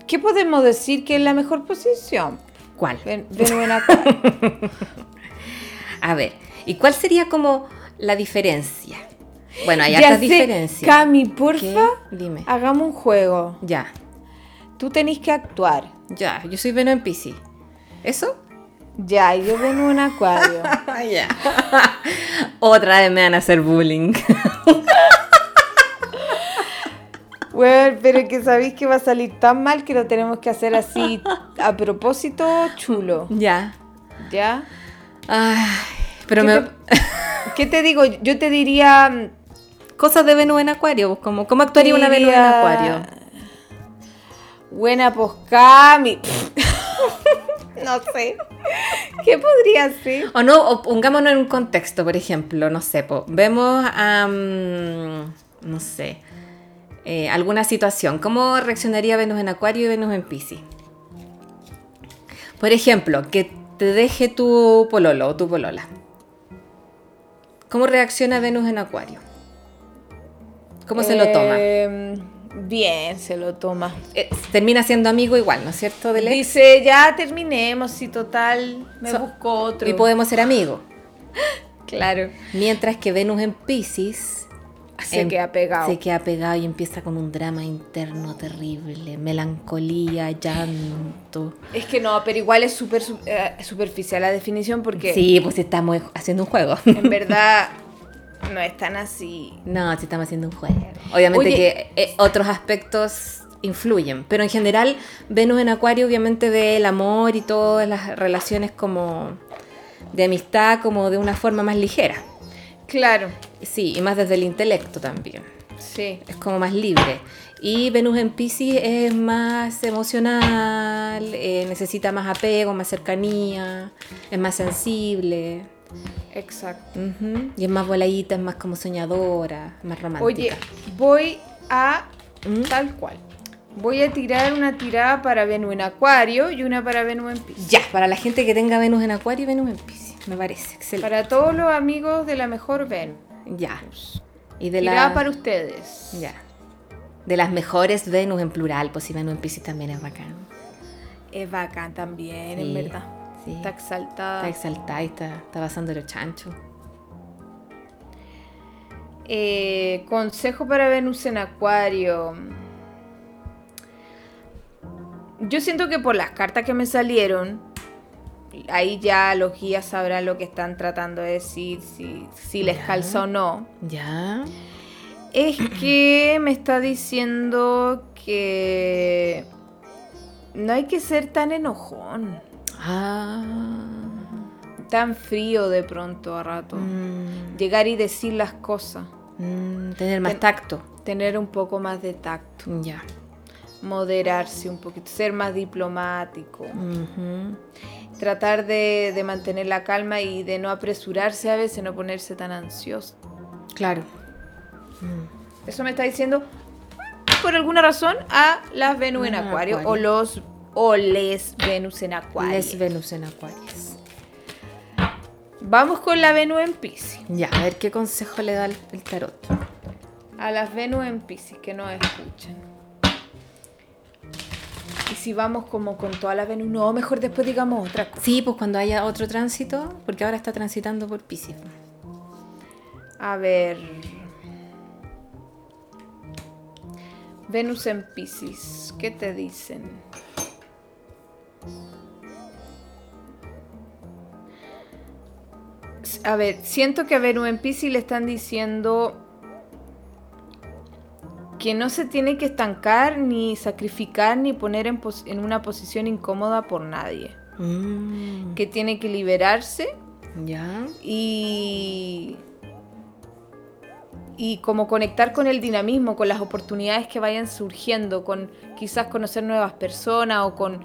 ¿Qué podemos decir que es la mejor posición?
¿Cuál?
Ven- Venus en Acuario.
A ver, ¿y cuál sería como la diferencia? Bueno, hay
Ya
hartas
sé,
diferencias.
Cami, porfa, Ah.
¿Qué? Dime.
hagamos un juego.
Ya,
Tú tenés que actuar.
ya, yo soy Venus en Pisces. ¿Eso?
Ya, y yo Venus en Acuario.
Ah, ya. Otra vez me van a hacer bullying.
Bueno, pero que sabéis que va a salir tan mal que lo tenemos que hacer así a propósito chulo.
ya.
¿Ya?
Ay, pero
¿Qué
me...
te- ¿Qué te digo? Yo te diría... mm,
Cosas de Venus en Acuario, como cómo actuaría una Venus en
diría,
Acuario.
Buena poscami. no sé. ¿Qué podría ser?
O no, o pongámonos en un contexto, por ejemplo, no sé, po, vemos a, mm, no sé, eh, alguna situación. ¿Cómo reaccionaría Venus en Acuario y Venus en Pisces? Por ejemplo, que te deje tu pololo o tu polola. ¿Cómo reacciona Venus en Acuario? ¿Cómo se lo toma?
Eh, bien, se lo toma.
Eh, termina siendo amigo igual, ¿no es cierto? Del ex?
Dice, ya terminemos, si total me
So-
busco otro.
y podemos ser amigos.
claro.
Mientras que Venus en Pisces
Se
Em-
queda pegado.
Se queda pegado y empieza con un drama interno terrible, melancolía, llanto.
Es que no, pero igual es súper su- eh, superficial la definición porque
Sí, pues estamos haciendo un juego.
en verdad no es tan así.
No, sí estamos haciendo un juego. Obviamente
Oye.
que eh, otros aspectos influyen, pero en general Venus en Acuario obviamente ve el amor y todas las relaciones como de amistad, como de una forma más ligera.
Claro,
Sí, y más desde el intelecto también.
sí.
es como más libre. Y Venus en Pisces es más emocional, eh, necesita más apego, más cercanía, es más sensible.
Exacto.
ujú, Y es más voladita, es más como soñadora, más romántica.
Oye, voy a
¿Mm?
tal cual. Voy a tirar una tirada para Venus en Acuario y una para Venus en Pisces.
Ya, para la gente que tenga Venus en Acuario y Venus en Pisces, me parece. Excelente.
Para todos los amigos de la mejor Venus.
Ya. Y de
tirada
la-
para ustedes.
Ya. De las mejores Venus en plural, pues si Venus en Pisces también es bacán.
Es bacán también,
Sí,
en verdad.
sí.
Está
Está
exaltada.
exaltada y está, está pasando los chanchos.
Eh, consejo para Venus en Acuario. Yo siento que por las cartas que me salieron, ahí ya los guías sabrán lo que están tratando de decir, si, si les
Ya.
calza o no.
Ya.
Es que me está diciendo que no hay que ser tan enojón,
Ah.
tan frío de pronto a rato.
Mm,
Llegar y decir las cosas,
mm, tener más
Ten-
tacto.
tener un poco más de tacto.
Ya.
moderarse un poquito, ser más diplomático,
Ujú.
tratar de, de mantener la calma y de no apresurarse a veces, no ponerse tan ansioso.
Claro.
Eso me está diciendo, por alguna razón, a las Venus en
Ah,
Acuario,
Acuario.
o los o les Venus en Acuario.
Les Venus en Acuarios.
Vamos con la Venus en Pisces.
Ya, a ver qué consejo le da el, el tarot.
A las Venus en Pisces que nos escuchan. Y si vamos como con todas las Venus, no, mejor después digamos otra cosa.
Sí, pues cuando haya otro tránsito, porque ahora está transitando por Pisces.
A ver. Venus en Pisces, ¿qué te dicen? S- A ver, siento que a Venus en Pisces le están diciendo que no se tiene que estancar, ni sacrificar, ni poner en, pos- en una posición incómoda por nadie.
Mm,
Que tiene que liberarse
Ya.
y y como conectar con el dinamismo, con las oportunidades que vayan surgiendo, con quizás conocer nuevas personas o con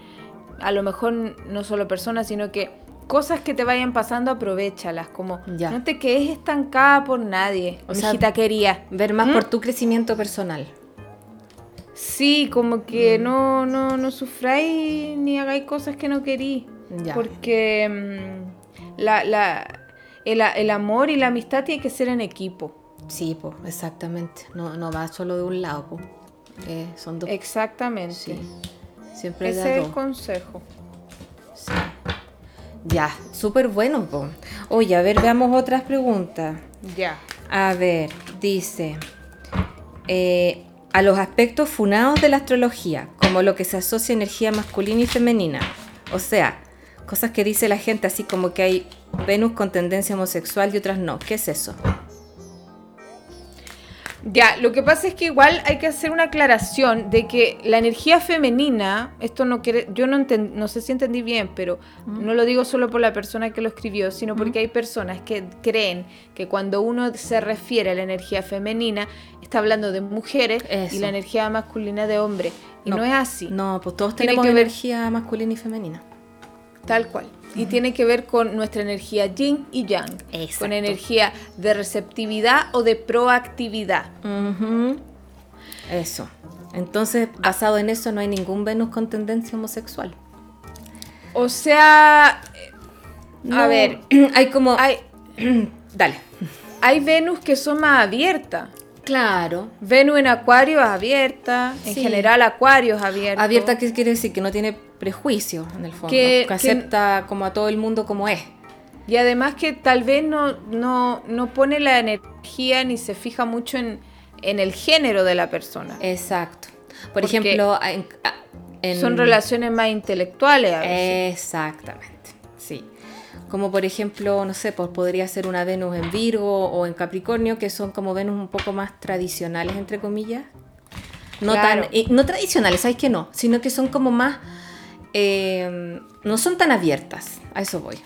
a lo mejor no solo personas, sino que cosas que te vayan pasando, aprovechalas, como
Ya.
no te quedes estancada por nadie,
O
o
sea,
quería.
Ver más
¿Mm?
por tu crecimiento personal.
Sí, como que
Mm.
no no no sufráis ni hagáis cosas que no querís.
Ya.
Porque mm, la, la- el, a- el amor y la amistad tiene que ser en equipo.
Sí, pues, exactamente. No, no va solo de un lado, pues. Eh, son dos.
Exactamente.
Sí. Siempre hay
Ese
de
es el
a dos.
consejo.
Sí. Ya, súper bueno, po. Oye, a ver, veamos otras preguntas.
Ya.
A ver, dice, eh, a los aspectos funados de la astrología, como lo que se asocia a energía masculina y femenina. O sea, cosas que dice la gente así como que hay Venus con tendencia homosexual y otras no. ¿Qué es eso?
Ya, lo que pasa es que igual hay que hacer una aclaración de que la energía femenina, esto no quiere, yo no, enten- no sé si entendí bien, pero no lo digo solo por la persona que lo escribió, sino porque hay personas que creen que cuando uno se refiere a la energía femenina, está hablando de mujeres y
Eso.
la energía masculina de hombres. Y no, es así.
No, pues todos
Tiene
tenemos
que ver-
energía masculina y femenina.
Tal cual. Y tiene que ver con nuestra energía yin y yang.
Exacto.
Con energía de receptividad o de proactividad.
Ujú. Eso. Entonces, basado en eso, no hay ningún Venus con tendencia homosexual.
O sea, eh,
No,
ver.
hay como...
hay,
Dale.
hay Venus que son más abiertas.
Claro.
Venus en Acuario es abierta. En
Sí.
general, Acuario es abierto.
Abierta que quiere decir que no tiene prejuicios en el fondo, que,
Que- que-
acepta como a todo el mundo como es.
Y además que tal vez no, no, no pone la energía ni se fija mucho en, en el género de la persona.
Exacto. Por
Porque
ejemplo, en, a- en- Eh.
Son relaciones más intelectuales. a veces.
Exactamente, sí. Como por ejemplo, no sé, pues podría ser una Venus en Virgo o en Capricornio, que son como Venus un poco más tradicionales, entre comillas. No
Claro.
tan, eh, no tradicionales, ¿sabes que no? Sino que son como más, eh, no son tan abiertas, a eso voy.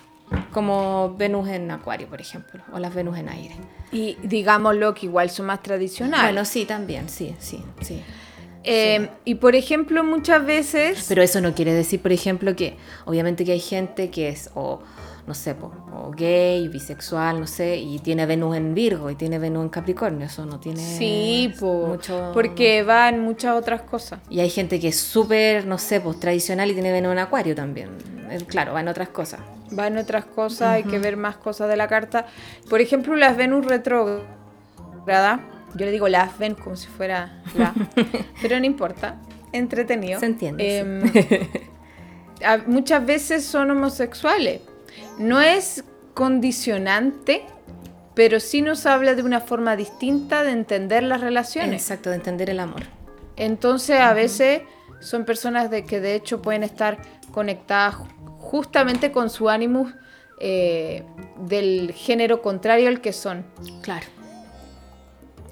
Como Venus en Acuario, por ejemplo, o las Venus en aire.
Y digámoslo que igual son más tradicionales.
Bueno, sí, también, sí, sí, sí.
Eh, Y por ejemplo, muchas veces.
Pero eso no quiere decir, por ejemplo, que obviamente que hay gente que es o no sé, po, o gay, bisexual, no sé, y tiene Venus en Virgo y tiene Venus en Capricornio, eso no tiene
Sí, po,
mucho...
porque va en muchas otras cosas.
Y hay gente que es súper, no sé, pues tradicional y tiene Venus en Acuario también. Eh, Claro, van otras cosas.
Va en otras cosas, hay que ver más cosas de la carta. Por ejemplo, las Venus retrógrada. Yo le digo las Venus como si fuera la. pero no importa. Entretenido.
Se entiende,
Em, a- muchas veces son homosexuales. No es condicionante, pero sí nos habla de una forma distinta de entender las relaciones.
Exacto, de entender el amor.
Entonces a veces son personas de que de hecho pueden estar conectadas ju- justamente con su ánimo eh, del género contrario al que son.
Claro.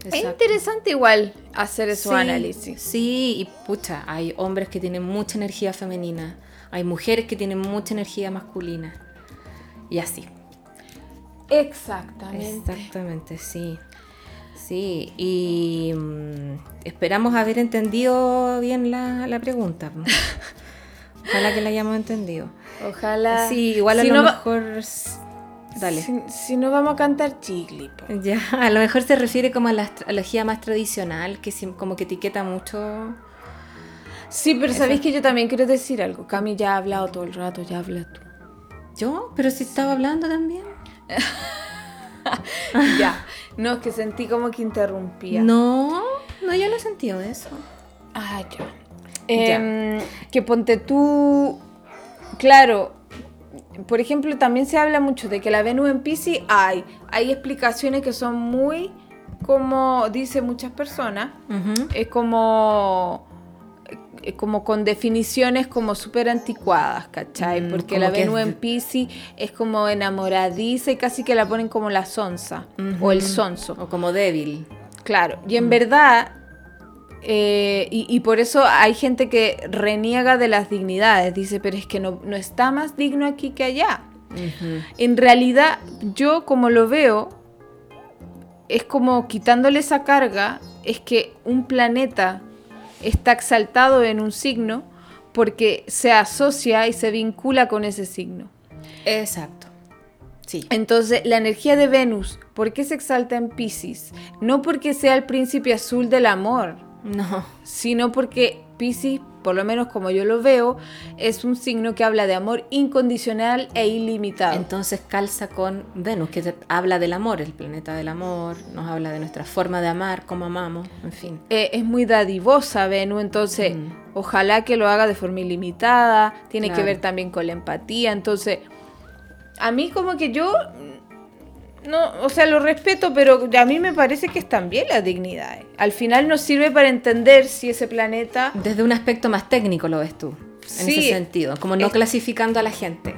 Es interesante igual hacer esos
Sí,
análisis.
Sí, y pucha, hay hombres que tienen mucha energía femenina, hay mujeres que tienen mucha energía masculina. Y así.
Exactamente.
Exactamente, sí. Sí, y mm, esperamos haber entendido bien la, la pregunta. Ojalá que la hayamos entendido.
Ojalá.
Sí, igual a
si
lo
no va-
mejor. s- Dale.
Si, si no vamos a cantar chigli. po.
Ya, a lo mejor se refiere como a la astrología más tradicional, que sim- como que etiqueta mucho.
Sí, pero sabéis que yo también quiero decir algo. Cami ya ha hablado todo el rato, ya habla tú.
¿Yo? Pero si estaba hablando también.
ya. No, es que sentí como que interrumpía.
No, no, yo no he sentido eso.
Ah, ya.
Ya.
Em, que ponte tú. Claro. Por ejemplo, también se habla mucho de que la Venus en Pisces hay. Hay explicaciones que son muy, como dicen muchas personas, es como. eh, Como con definiciones como súper anticuadas, ¿cachai?
Mm,
Porque
como
la
que es
Venus en
de-
Pisces es como enamoradiza y casi que la ponen como la sonza o el
Ujú.
sonso.
O como débil.
Claro, y en verdad, eh, y, y por eso hay gente que reniega de las dignidades, dice, pero es que no, no está más digno aquí que allá. En realidad, yo como lo veo, es como quitándole esa carga, es que un planeta está exaltado en un signo porque se asocia y se vincula con ese signo.
Exacto. Sí.
Entonces, la energía de Venus, ¿por qué se exalta en Pisces? No porque sea el príncipe azul del amor,
No.
sino porque Pisces, por lo menos como yo lo veo, es un signo que habla de amor incondicional e ilimitado.
Entonces calza con Venus, que te- habla del amor, el planeta del amor, nos habla de nuestra forma de amar, cómo amamos, en fin.
Eh, es muy dadivosa Venus, entonces
Mm.
ojalá que lo haga de forma ilimitada, tiene que
Claro.
ver también con la empatía, entonces a mí como que yo, mm, no, o sea, lo respeto, pero a mí me parece que están bien las dignidades. Al final nos sirve para entender si ese planeta...
Desde un aspecto más técnico lo ves tú, en
Sí.
ese sentido, como no
Es-
clasificando a la gente.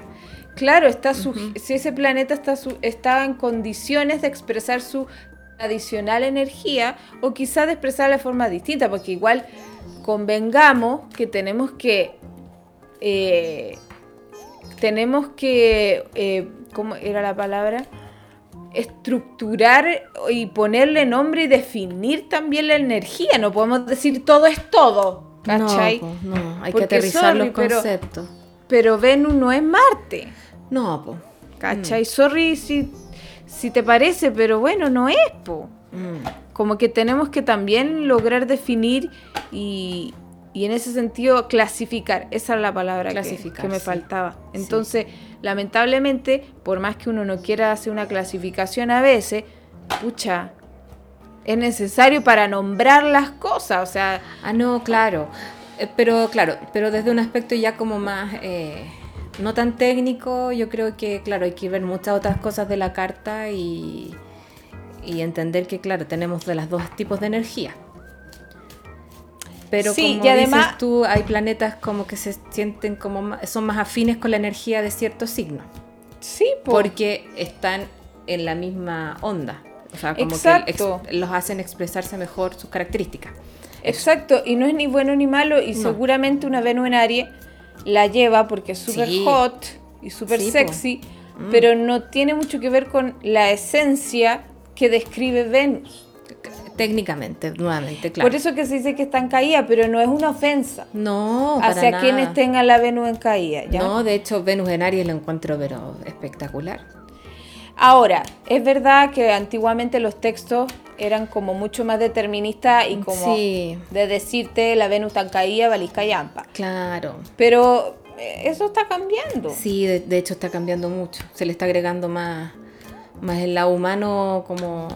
Claro, está suj- si ese planeta está, su- está en condiciones de expresar su adicional energía o quizás de expresarla de forma distinta, porque igual convengamos que tenemos que eh, tenemos que eh, ¿cómo era la palabra? estructurar y ponerle nombre y definir también la energía, no podemos decir todo es todo, ¿cachai?
No, po, no, hay
Porque,
que aterrizar
sorry,
los
pero-
conceptos.
Pero Venus no es Marte.
No, po.
¿Cachai? Sorry si, si te parece, pero bueno, no es, po.
Mm.
Como que tenemos que también lograr definir y, y en ese sentido clasificar. Esa es la palabra que-
Clasificar,
que, me
sí.
faltaba. Entonces, lamentablemente, por más que uno no quiera hacer una clasificación a veces, pucha, es necesario para nombrar las cosas. O sea,
Ah, no, claro. Eh, Pero claro, pero desde un aspecto ya como más eh, no tan técnico, yo creo que, claro, hay que ver muchas otras cosas de la carta y, y entender que, claro, tenemos de las dos tipos de energía. Pero
Sí,
como
y además-
dices tú, hay planetas como que se sienten como ma- son más afines con la energía de ciertos signos,
sí, po.
porque están en la misma onda. O sea, como
Exacto.
que ex- los hacen expresarse mejor sus características.
Exacto, y no es ni bueno ni malo, y
No.
seguramente una Venus en Aries la lleva porque es súper
Sí.
hot y súper
Sí, po. Mm.
sexy, pero no tiene mucho que ver con la esencia que describe Venus.
Técnicamente, nuevamente, claro.
Por eso que se dice que está en caída, pero no es una ofensa
no, para
hacia
nada.
quienes tengan la Venus en caída. ¿ya?
No, de hecho, Venus en Aries lo encuentro, pero espectacular.
Ahora, es verdad que antiguamente los textos eran como mucho más deterministas y como
Sí.
de decirte la Venus tan caída, valisca y ampa.
Claro.
Pero eh, eso está cambiando.
Sí, de, de hecho está cambiando mucho. Se le está agregando más, más el lado humano como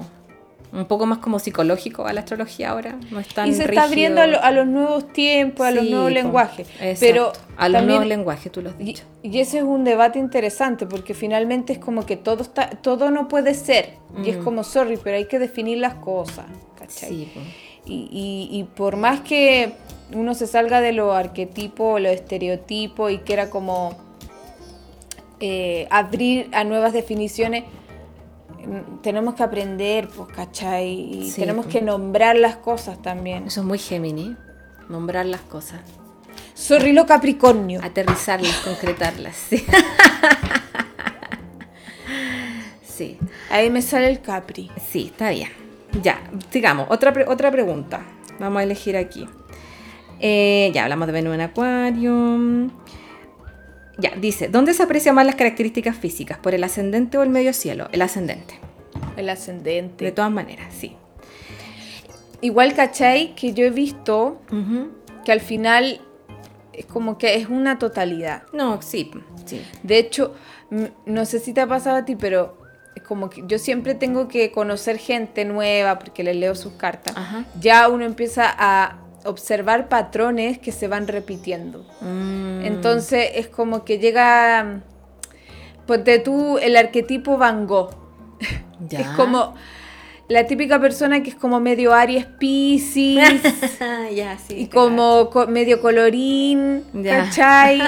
un poco más como psicológico a la astrología ahora. No es tan
y se está abriendo a,
rígido.
lo- a los nuevos tiempos, a los
Sí,
nuevos
po,
lenguajes.
exacto.
Pero
a los
también-
nuevos lenguajes, tú lo has
y,
dicho.
y ese es un debate interesante porque finalmente es como que todo está, todo no puede ser. Y es como, sorry, pero hay que definir las cosas. ¿cachai?
Mm. Sí, po.
Y, y- y por más que uno se salga de los arquetipos, los estereotipos y quiera como eh, abrir a nuevas definiciones, mm, tenemos que aprender, pues, ¿cachai? Y
Sí,
tenemos
pues.
que nombrar las cosas también.
Eso es muy Géminis, nombrar las cosas,
Sorry, lo Capricornio.
aterrizarlas, concretarlas. Sí. sí,
Ahí me sale el Capri.
sí, está bien. Ya, digamos, otra, pre- otra pregunta. Vamos a elegir aquí. Eh, ya hablamos de Venus en Acuario. Ya, dice, ¿dónde se aprecian más las características físicas? ¿Por el ascendente o el medio cielo? El ascendente.
El ascendente.
De todas maneras, sí.
Igual, ¿cachai? Que yo he visto
Ujú.
que al final es como que es una totalidad.
No, sí, sí.
De hecho, m- no sé si te ha pasado a ti, pero es como que yo siempre tengo que conocer gente nueva porque les leo sus cartas.
Ajá.
Ya uno empieza a observar patrones que se van repitiendo.
Mm,
Entonces es como que llega, mm, ponte tú el arquetipo Van Gogh.
ya.
Es como la típica persona que es como medio Aries Pisces
ya, sí.
y
te
como co- medio colorín,
Ya.
¿cachai?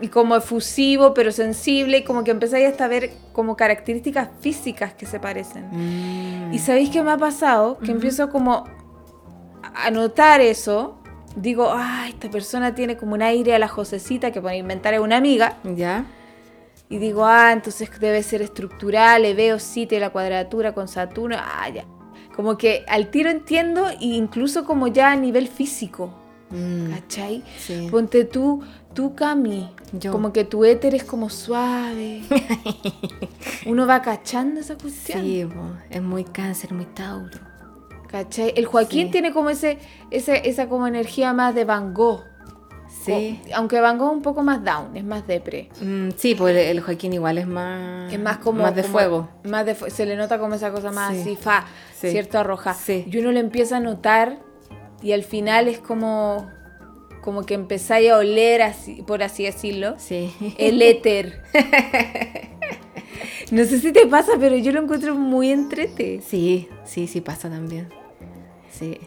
Y como efusivo, pero sensible, y como que empezáis hasta a ver como características físicas que se parecen.
Mm.
¿Y sabéis qué me ha pasado? Que empiezo como a notar eso. Digo, ah, esta persona tiene como un aire a la Josecita, que por inventar es una amiga.
¿Ya?
Y digo, ah, entonces debe ser estructural, le veo sitio la cuadratura con Saturno, ah, ya. Como que al tiro entiendo, e incluso como ya a nivel físico.
Mm.
¿Cachai?
Sí.
Ponte tú, tú Cami.
Yo.
Como que tu éter es como suave. Uno va cachando esa cuestión.
Sí, po, es muy cáncer, muy tauro.
¿Cachai? El Joaquín
Sí.
tiene como ese, ese- esa como energía más de Van Gogh.
Sí.
O- aunque Van Gogh es un poco más down, es más depre.
Mm, sí, pues el- el Joaquín igual es más.
Oh. Es Mm. más como.
Más de
como-
fuego.
Más de fue- Se le nota como esa cosa más
Sí.
así, fa,
Sí.
cierto arroja.
Sí.
Y uno lo empieza a notar y al final es como. Como que empezáis a oler, así, por así decirlo.
Sí.
El éter. No sé si te pasa, pero yo lo encuentro muy entrete.
Sí, sí, sí pasa también. Sí.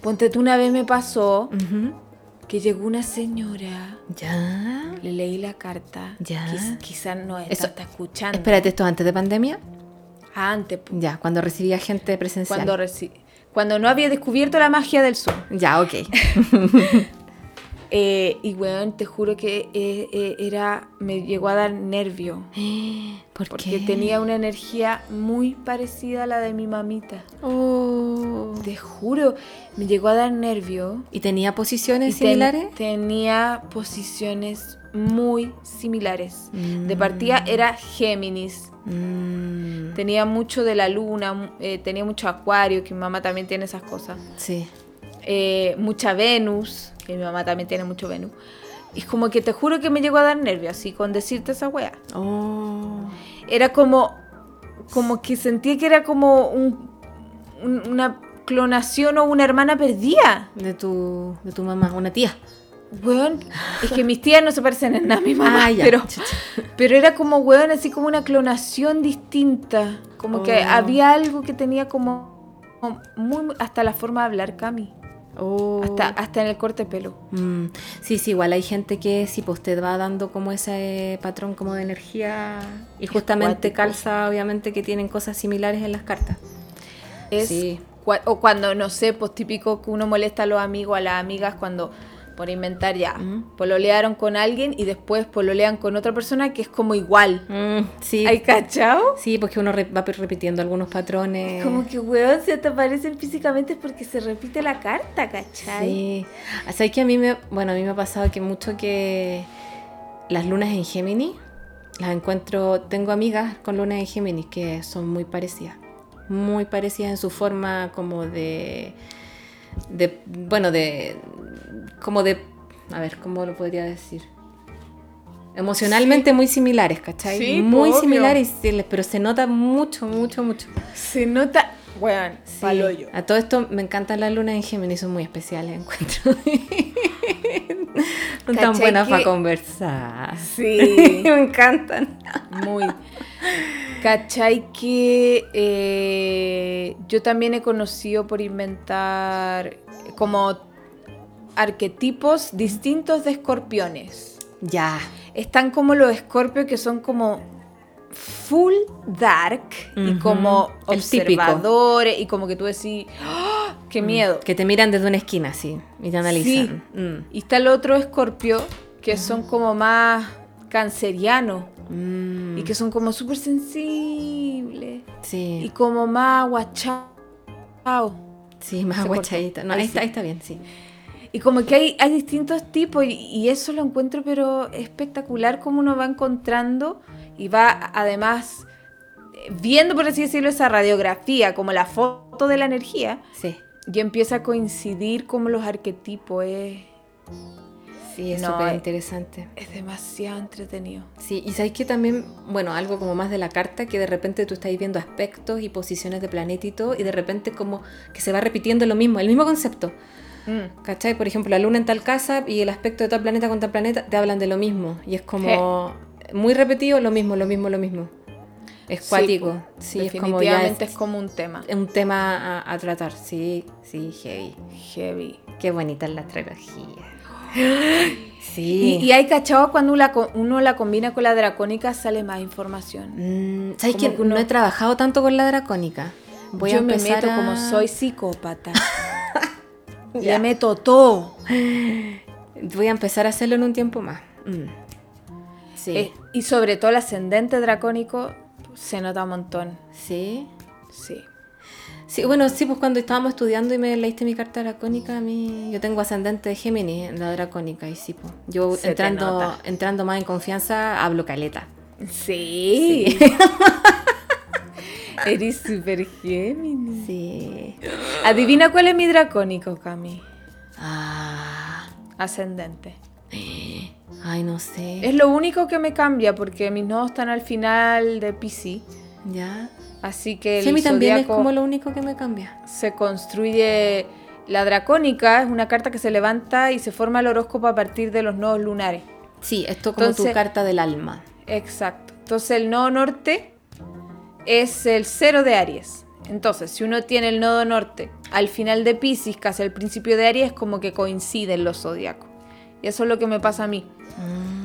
Ponte tú, una vez me pasó
Ujú.
que llegó una señora,
Ya.
le leí la carta.
Ya.
Quizás no es-
Eso-
está escuchando.
Espérate, ¿esto es antes de pandemia?
Antes, po,
Ya, cuando recibía gente presencial.
cuando, reci- cuando no había descubierto la magia del Zoom.
Ya, ok.
Eh, y weón, te juro que eh, eh, era, me llegó a dar nervio.
¿Por qué?
Porque tenía una energía muy parecida a la de mi mamita.
Oh.
Te juro, me llegó a dar nervio.
¿Y tenía
Y
posiciones
ten-
similares?
tenía posiciones muy similares.
Mm.
De partida era Géminis.
Mm,
Tenía mucho de la luna, mu- eh, tenía mucho acuario, que mi mamá también tiene esas cosas.
sí.
Eh, mucha Venus, que mi mamá también tiene mucho Venus. Y es como que te juro que me llegó a dar nervio así con decirte esa wea.
Oh.
Era como, como que sentía que era como un- un- una clonación o una hermana perdida.
De tu, de tu mamá, una tía.
Weón, es que mis tías no se parecen en nada a mi mamá,
Ah, ya.
pero, pero era como, weón, así como una clonación distinta. Como que
Oh.
había algo que tenía como, como muy, hasta la forma de hablar, Cami.
Oh.
Hasta, hasta en el corte de pelo.
Mm, sí, sí, igual hay gente que si pues te va dando como ese eh, patrón como de energía y justamente
cuático.
calza obviamente que tienen cosas similares en las cartas.
Es
Sí.
cua- o cuando, no sé, pues típico que uno molesta a los amigos, a las amigas, cuando por inventar ya, pololearon con alguien y después pololean con otra persona que es como igual.
Mm, sí.
¿Hay cachao?
Sí, porque uno re- va pe- repitiendo algunos patrones.
Como que, weón, se te parecen físicamente es porque se repite la carta, ¿cachai?
Sí. Así que a mí me, bueno, a mí me ha pasado que mucho que las lunas en Géminis las encuentro, tengo amigas con lunas en Géminis que son muy parecidas, muy parecidas en su forma como de de bueno, de como de a ver, ¿cómo lo podría decir? Emocionalmente muy similares, ¿cachai?
Sí,
muy
obvio.
similares, se les- pero se nota mucho, mucho, mucho.
Se nota, weón,
Sí. Ah,
paloyo.
A todo esto me encantan las lunas en Géminis, son muy especiales, encuentro. son tan
¿Cachai
buenas
que-
para conversar.
Sí.
me encantan.
Muy. ¿Cachai que eh, yo también he conocido por inventar como arquetipos distintos de escorpiones?
Ya.
Están como los escorpios que son como full dark y
Ujú.
como
El típico. Mm,
observadores y como que tú decís, ¡Ah! ¡qué miedo!
Que te miran desde una esquina, sí, y te analizan. Mm.
Y está el otro escorpio
Ah.
que son como más cancerianos
Mm.
y que son como súper sensibles.
Sí,
y como más guachao.
sí, más
se cortó.
aguachadita. No,
Ahí
ahí,
sí.
está, ahí está bien, sí.
Y como que hay, hay distintos tipos y, y eso lo encuentro pero espectacular como uno va encontrando y va además eh, viendo, por así decirlo, esa radiografía, como la foto de la energía
Sí.
y empieza a coincidir como los arquetipos. Es,
Sí, es
No,
súper
eh.
interesante.
es demasiado entretenido.
Sí, y sabéis que también, bueno, algo como más de la carta, que de repente tú estáis viendo aspectos y posiciones de planeta y todo, y de repente como que se va repitiendo lo mismo, el mismo concepto.
Mm.
¿Cachai? Por ejemplo, la luna en tal casa y el aspecto de tal planeta con tal planeta te hablan de lo mismo. Y es como muy repetido, lo mismo, lo mismo, lo mismo. Es
Sí, pues,
cuático. Sí, es como ya
Definitivamente
es,
es como un tema
es un tema a, a tratar. Sí, sí, heavy.
heavy.
Qué bonita es la astrología.
Y,
Sí.
y hay cachao cuando la co- uno la combina con la dracónica sale más información.
Mm, ¿Sabes
como
que
que
no
uno-
he trabajado tanto con la dracónica? Voy
Yo
a
me
empezar
meto
a-
como soy psicópata.
Ya.
Le meto todo.
Voy a empezar a hacerlo en un tiempo más. Mm. Sí.
Eh, y sobre todo el ascendente dracónico se nota un montón.
Sí.
Sí.
Sí, bueno, sí, pues cuando estábamos estudiando y me leíste mi carta dracónica, a mí, yo tengo ascendente de Géminis en la dracónica y sí, pues yo
Se te
entrando,
nota.
entrando más en confianza hablo caleta.
Sí. Eres super Géminis.
Sí.
Adivina cuál es mi dracónico, Cami.
Ah,
Ascendente.
ay, no sé.
Es lo único que me cambia porque mis nodos están al final de Pisces.
Ya.
Así que el
Sí, a mí también es
zodiaco-
como lo único que me cambia.
se construye la dracónica, es una carta que se levanta y se forma el horóscopo a partir de los nodos lunares.
Sí, esto como tu
Entonces-
carta del alma.
Exacto. Entonces el nodo norte es el cero de Aries. Entonces, si uno tiene el nodo norte al final de Pisces, casi al principio de Aries, como que coinciden los zodiacos. Y eso es lo que me pasa a mí.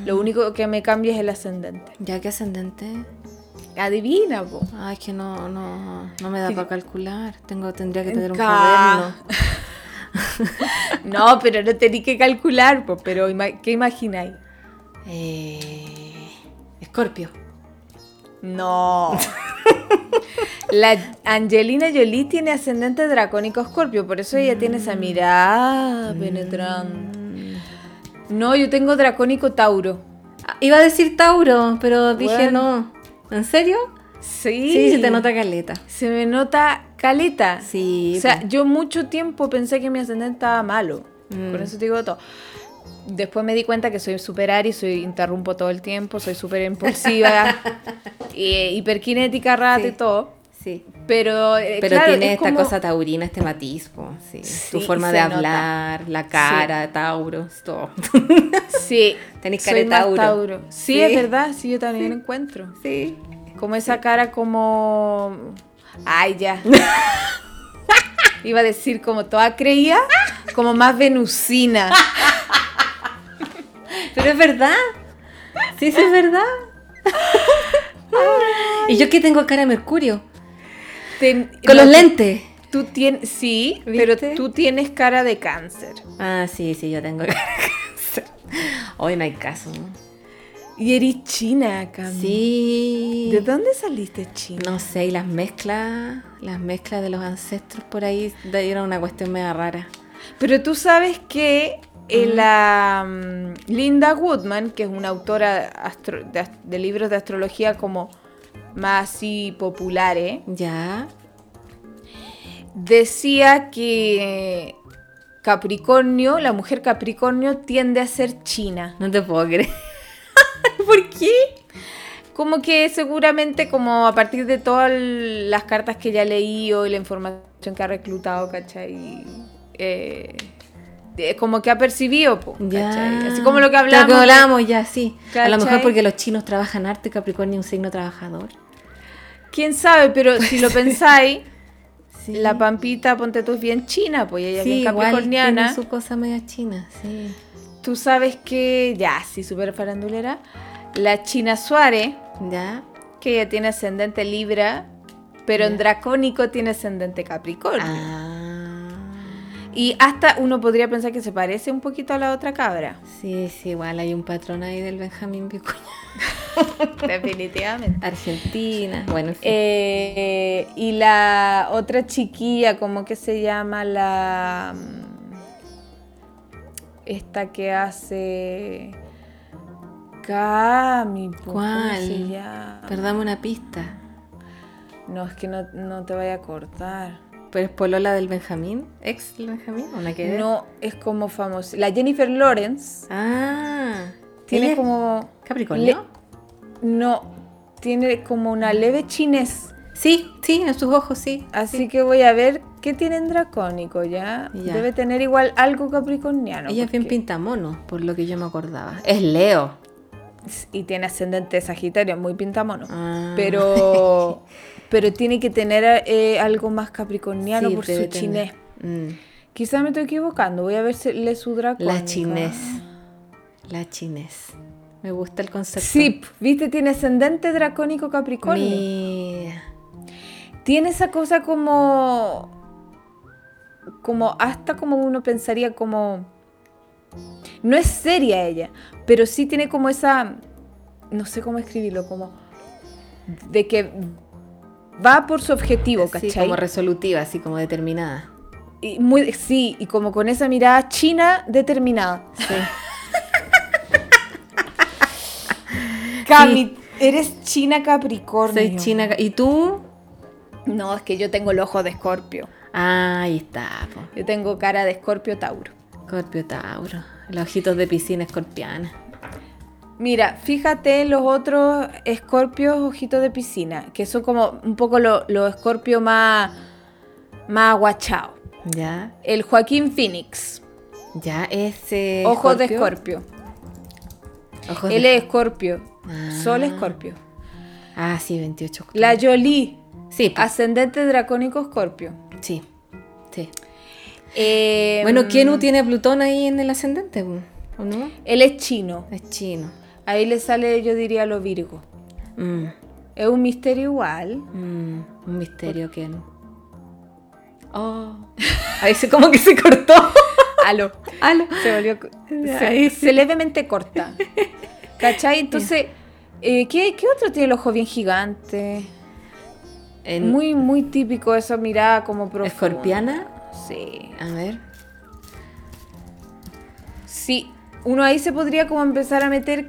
Lo único que me cambia es el ascendente.
Mm. Ya que ascendente.
Adivina, po.
Ay, es que no, no, no me da
Sí.
para calcular. Tengo, tendría que tener un
Ca-
cuaderno.
No, pero no tenéis que calcular, po. Pero ima- ¿qué imagináis?
Eh, Escorpio.
No. La Angelina Jolie tiene ascendente dracónico escorpio, por eso ella tiene esa mirada penetrante.
Mm.
No, yo tengo dracónico Tauro.
Ah, Iba a decir Tauro, pero dije
Bueno.
no. ¿En serio?
Sí.
Sí, se te nota caleta.
Se me nota caleta.
Sí. pues,
O sea, yo mucho tiempo pensé que mi ascendente estaba malo.
Mm.
Por eso te digo todo. Después me di cuenta que soy super Aries, soy interrumpo todo el tiempo, soy súper impulsiva, eh, hiperkinética rato
Sí.
y todo.
sí.
Pero, eh,
Pero
claro,
tiene
es
esta
como-
cosa taurina, este matiz, po, sí.
Sí,
Tu forma
se
de
nota.
hablar, la cara, Tauro, todo.
Sí.
Tenés
soy
cara de
más
Tauro.
Sí,
Sí.
es verdad, sí, yo también encuentro.
Sí.
Como esa cara como... Ay, ya. Iba a decir como toda creía, como más venusina.
Pero es verdad. Sí, sí, es verdad. ¿Y yo que tengo cara de Mercurio?
Ten-
Con
lo
los
que-
lentes.
Tú tienes, sí,
¿Viste?
pero tú tienes cara de cáncer.
Ah, sí, sí, yo tengo cáncer. Hoy no hay caso. ¿no?
Y eres china, Cami.
Sí.
¿De dónde saliste china?
No sé, y las mezclas, las mezclas de los ancestros por ahí dieron una cuestión media rara.
Pero tú sabes que eh, la mm, Linda Woodman, que es una autora astro- de, as- de libros de astrología como más así populares,
Ya.
decía que Capricornio, la mujer Capricornio tiende a ser china.
No te puedo creer.
¿Por qué? Como que seguramente como a partir de todas las cartas que ya leí o la información que ha reclutado, ¿cachai? Eh, eh, como que ha percibido, po, ¿cachai? Así como lo que
hablamos.
hablábamos.
Lo que hablábamos ya, sí. A lo mejor
¿Cachai?
porque los chinos trabajan arte, Capricornio es un signo trabajador.
¿Quién sabe? Pero si lo pensáis,
Sí.
la Pampita, ponte tú, es bien china, pues ella es
sí,
bien
igual
capricorniana.
tiene su cosa media china, sí.
Tú sabes que, ya, sí, súper farandulera, la China Suárez,
Ya.
que ella tiene ascendente Libra, pero en
Ya.
Dracónico tiene ascendente Capricornio.
Ah.
Y hasta uno podría pensar que se parece un poquito a la otra cabra.
Sí, sí, igual hay un patrón ahí del Benjamín Vicuña.
Definitivamente.
Argentina, bueno, en fin.
Eh, y la otra chiquilla, ¿cómo que se llama? La. mm, Esta que hace. Cami, po, ¿cómo
¿Cuál?
se llama?
perdamos una pista.
No, es que no, no te vaya a cortar.
¿Pero es polola del Benjamín? ¿Ex del Benjamín? ¿Una que
No, es como famosa. La Jennifer Lawrence
Ah.
tiene
¿Ella es
como.
Capricornio?
No, tiene como una leve chinés.
Sí, sí, en sus ojos, sí.
Así que voy a ver qué tiene en dracónico, ¿ya?
Ya.
Debe tener igual algo capricorniano.
Ella es bien
Ah, porque-
pintamono, por lo que yo me acordaba. Es Leo.
Y tiene ascendente Sagitario, muy pintamono.
Ah.
Pero, pero tiene que tener eh, algo más capricorniano
Sí,
por su
debe tener.
chinés.
Mm.
Quizá me estoy equivocando, voy a ver si le su dracónico.
La chinés. La chinés. Me gusta el concepto.
Sí, p- viste, tiene ascendente dracónico capricornio.
Mira.
Tiene esa cosa como. Como hasta como uno pensaría como. No es seria ella, pero sí tiene como esa. No sé cómo escribirlo, como. De que va por su objetivo,
Sí,
¿cachai?
como resolutiva, así como determinada.
y muy, sí, y como con esa mirada china determinada.
Sí.
Cami, eres china Capricornio.
Soy china. ¿Y tú?
No, es que yo tengo el ojo de escorpio.
Ah, Ahí está. po.
Yo tengo cara de escorpio Tauro.
Escorpio Tauro. Los ojitos de piscina escorpiana.
Mira, fíjate en los otros escorpios ojitos de piscina, que son como un poco lo- los escorpios más, más aguachados.
Ya.
El Joaquín Phoenix,
Ya es. eh,
ojos de
Escorpio.
escorpio.
Ojos de-
Él es escorpio,
Ah.
sol escorpio.
Ah, sí, 28 octubre.
La Jolie,
Sí, po.
ascendente dracónico escorpio.
sí. Sí.
Eh,
Bueno, Kenu tiene a Plutón ahí en el ascendente, po, ¿o no?
Él es chino,
Es chino.
ahí le sale, yo diría, lo virgo.
Mm,
Es un misterio igual.
mm, un misterio, Kenu. Oh. Ahí se como que se cortó.
Aló.
Aló.
se volvió se-
Ahí sí.
se levemente corta. ¿Cachai? Entonces, eh, ¿qué, qué otro tiene el ojo bien gigante?
En-
Muy, muy típico esa mirada como profunda.
¿Escorpiana?
Sí.
A ver.
Sí, uno ahí se podría como empezar a meter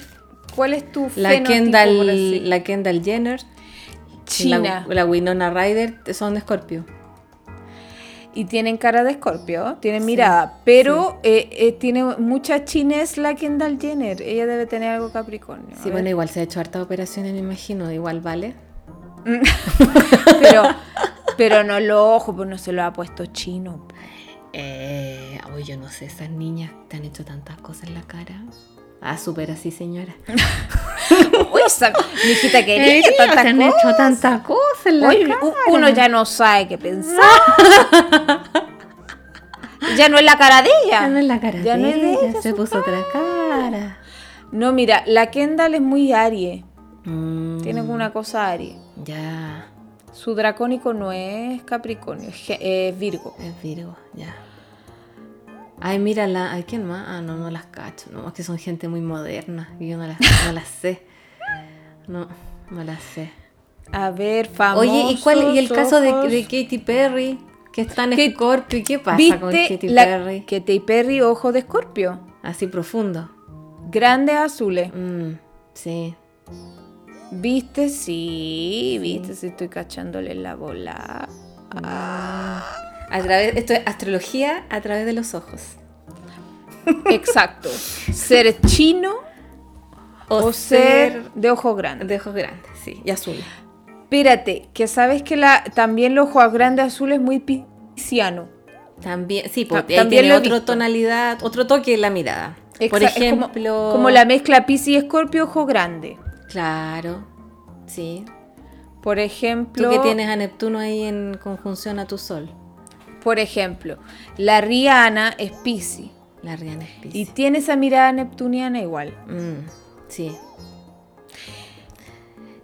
cuál es tu
La
fenotipo, por así.
Kendall, la Kendall Jenner. y la-
China.
La, Winona Ryder son de Escorpio.
Y tienen cara de escorpio, tienen mirada, pero eh, eh, tiene mucha chinés la Kendall Jenner. Ella debe tener algo capricornio.
Sí,
A
bueno,
ver.
igual se ha hecho hartas operaciones, me imagino. Igual vale.
pero, pero no lo ojo, pues no se lo ha puesto chino.
Eh, uy, yo no sé, esas niñas te han hecho tantas cosas en la cara. Ah, súper así, señora.
Uy, esa, mi hijita querida,
Eh,
tanta
te han
cosa.
hecho tantas cosas en la
Uy,
cara.
u- uno ya no sabe qué pensar. ya no es la cara de
Ya no
ella.
es la cara
Ya
de
no es de
ella,
ella
se
su
puso otra cara.
No, mira, la Kendall es muy Aries.
Mm,
Tiene como una cosa Aries.
Ya.
Su dracónico no es Capricornio, es, Ge- es Virgo.
Es Virgo, ya. Ay, mírala, ¿a quién más? Ah, no, no las cacho. No, es que son gente muy moderna. y Yo no las, no las sé. No, no las sé.
A ver, famoso.
Oye, ¿y cuál? ¿Y el caso de, de Katy Perry? Que está en
Que-
Scorpio. ¿Y qué pasa con
¿Viste
Katy
la
Perry?
Katy Perry, ojo de escorpio?
Así profundo.
Grandes azules.
Mm, sí.
¿Viste? Sí, viste, sí estoy cachándole la bola.
A través, esto es astrología a través de los ojos.
Exacto. Ser chino o, ser de ojo grande.
de ojos grandes, sí, y azul.
Espérate, que sabes que la, también el ojo grande azul es muy pisciano.
También, sí, porque
Ta- también
tiene
lo he
otra
visto.
tonalidad, otro toque en la mirada. Por
Exa- es como-
ejemplo,
Como, la mezcla piscis y escorpio, ojo grande.
Claro, sí.
Por
Tú
ejemplo,
que tienes a Neptuno ahí en conjunción a tu sol,
por ejemplo, la Rihanna es piscis
la Rihanna es
y
Piscis.
tiene esa mirada neptuniana igual.
Mm, sí.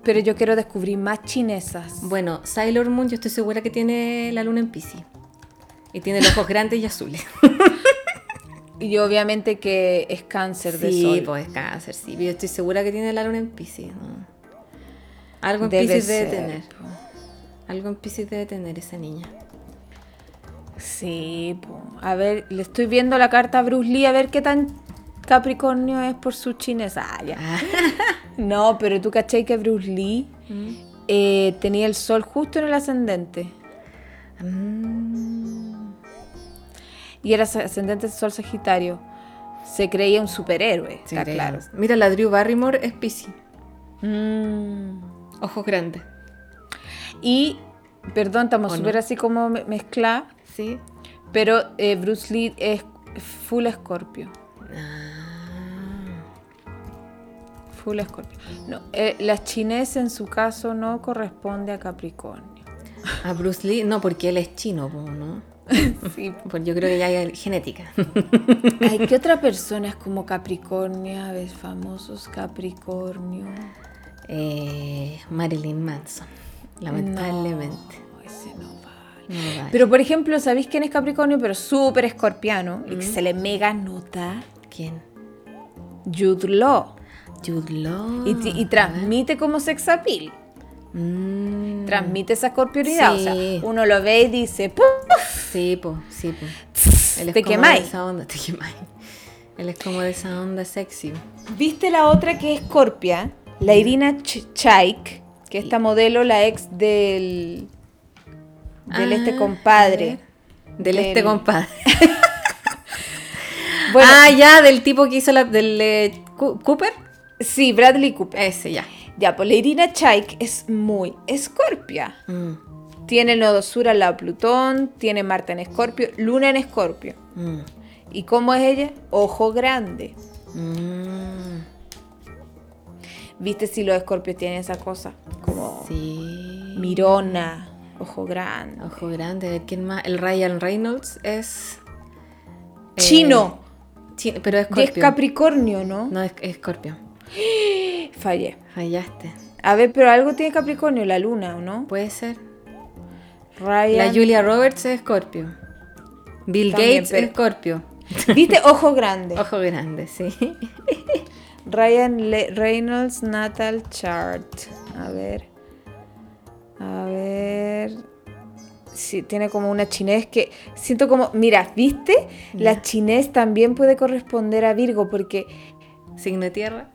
Pero yo quiero descubrir más chinesas.
Bueno, Sailor Moon yo estoy segura que tiene la luna en Piscis. Y tiene los ojos grandes y azules.
Y obviamente que es cáncer de
sí,
sol.
pues es cáncer, sí. Yo estoy segura que tiene la luna en Piscis. ¿no? Algo en
Debe
Piscis debe
ser,
tener.
po.
Algo en Piscis debe tener esa niña.
Sí, po. a ver, le estoy viendo la carta a Bruce Lee, a ver qué tan Capricornio es por su chinesa. Ah, ya.
Ah,
No, pero tú caché que Bruce Lee eh, tenía el sol justo en el ascendente.
mm,
Y era sa- ascendente del sol sagitario. Se creía un superhéroe,
sí,
está
creo.
claro.
Mira, la Drew Barrymore es Piscis.
Mm.
Ojos grandes.
Y, perdón, estamos
¿O no?
súper así como me- mezcla,
Sí.
pero eh, Bruce Lee es full escorpio.
Ah.
Full escorpio. No, eh, la chinesa en su caso no corresponde a Capricornio.
A Bruce Lee, no, porque él es chino, po, ¿no?
Sí.
Pues yo creo que ya hay genética.
Ay, ¿qué otra persona es como Capricornio? A ver, famosos Capricornio.
Eh, Marilyn Manson, lamentablemente.
No, ese no vale.
No vale.
Pero por ejemplo, ¿sabéis quién es Capricornio? Pero súper escorpiano. Y que se le mega nota.
¿Quién?
Jude Law.
Jude Law.
Y, ti- y transmite como sex appeal.
Mm,
Transmite esa escorpionidad. O
Sí.
sea, uno lo ve y dice, ¡pum!
sí, po, sí, po. Él es
Te
como de
quemáis.
esa onda, te quemáis. Él es como de esa onda sexy.
¿Viste la otra que es Scorpia? La Irina Ch- Chaik, que esta modelo, la ex del. del
Ah,
este
a
compadre.
ver. Del,
Del-
este compadre.
Bueno,
ah, ya, del tipo que hizo la. del eh, Cu- Cooper.
sí, Bradley Cooper.
Ese, ya.
Ya, pues la Irina Chaik es muy Scorpia.
Mm,
Tiene el nodo sur al lado de Plutón, tiene Marte en Escorpio, Luna en Escorpio.
mm,
¿Y cómo es ella? Ojo grande.
mm.
¿Viste si los escorpios tienen esa cosa? Como
Sí.
mirona, ojo grande.
Ojo grande, a ver quién más. El Ryan Reynolds es. eh,
Chino.
chi- pero es
Y es
Scorpio.
Capricornio, ¿no?
no, es, es Scorpio.
Fallé.
Fallaste.
A ver, pero algo tiene Capricornio, la luna, ¿o no?
Puede ser. La
Ryan.
Julia Roberts es Scorpio. Bill
También,
Gates
pero-
es Scorpio.
¿Viste? Ojo grande.
Ojo grande, sí.
Ryan Le- Reynolds Natal Chart. A ver. A ver. Sí, tiene como una chinés que. Siento como. Mira, ¿viste? La chinés también puede corresponder a Virgo, porque
Signo de tierra.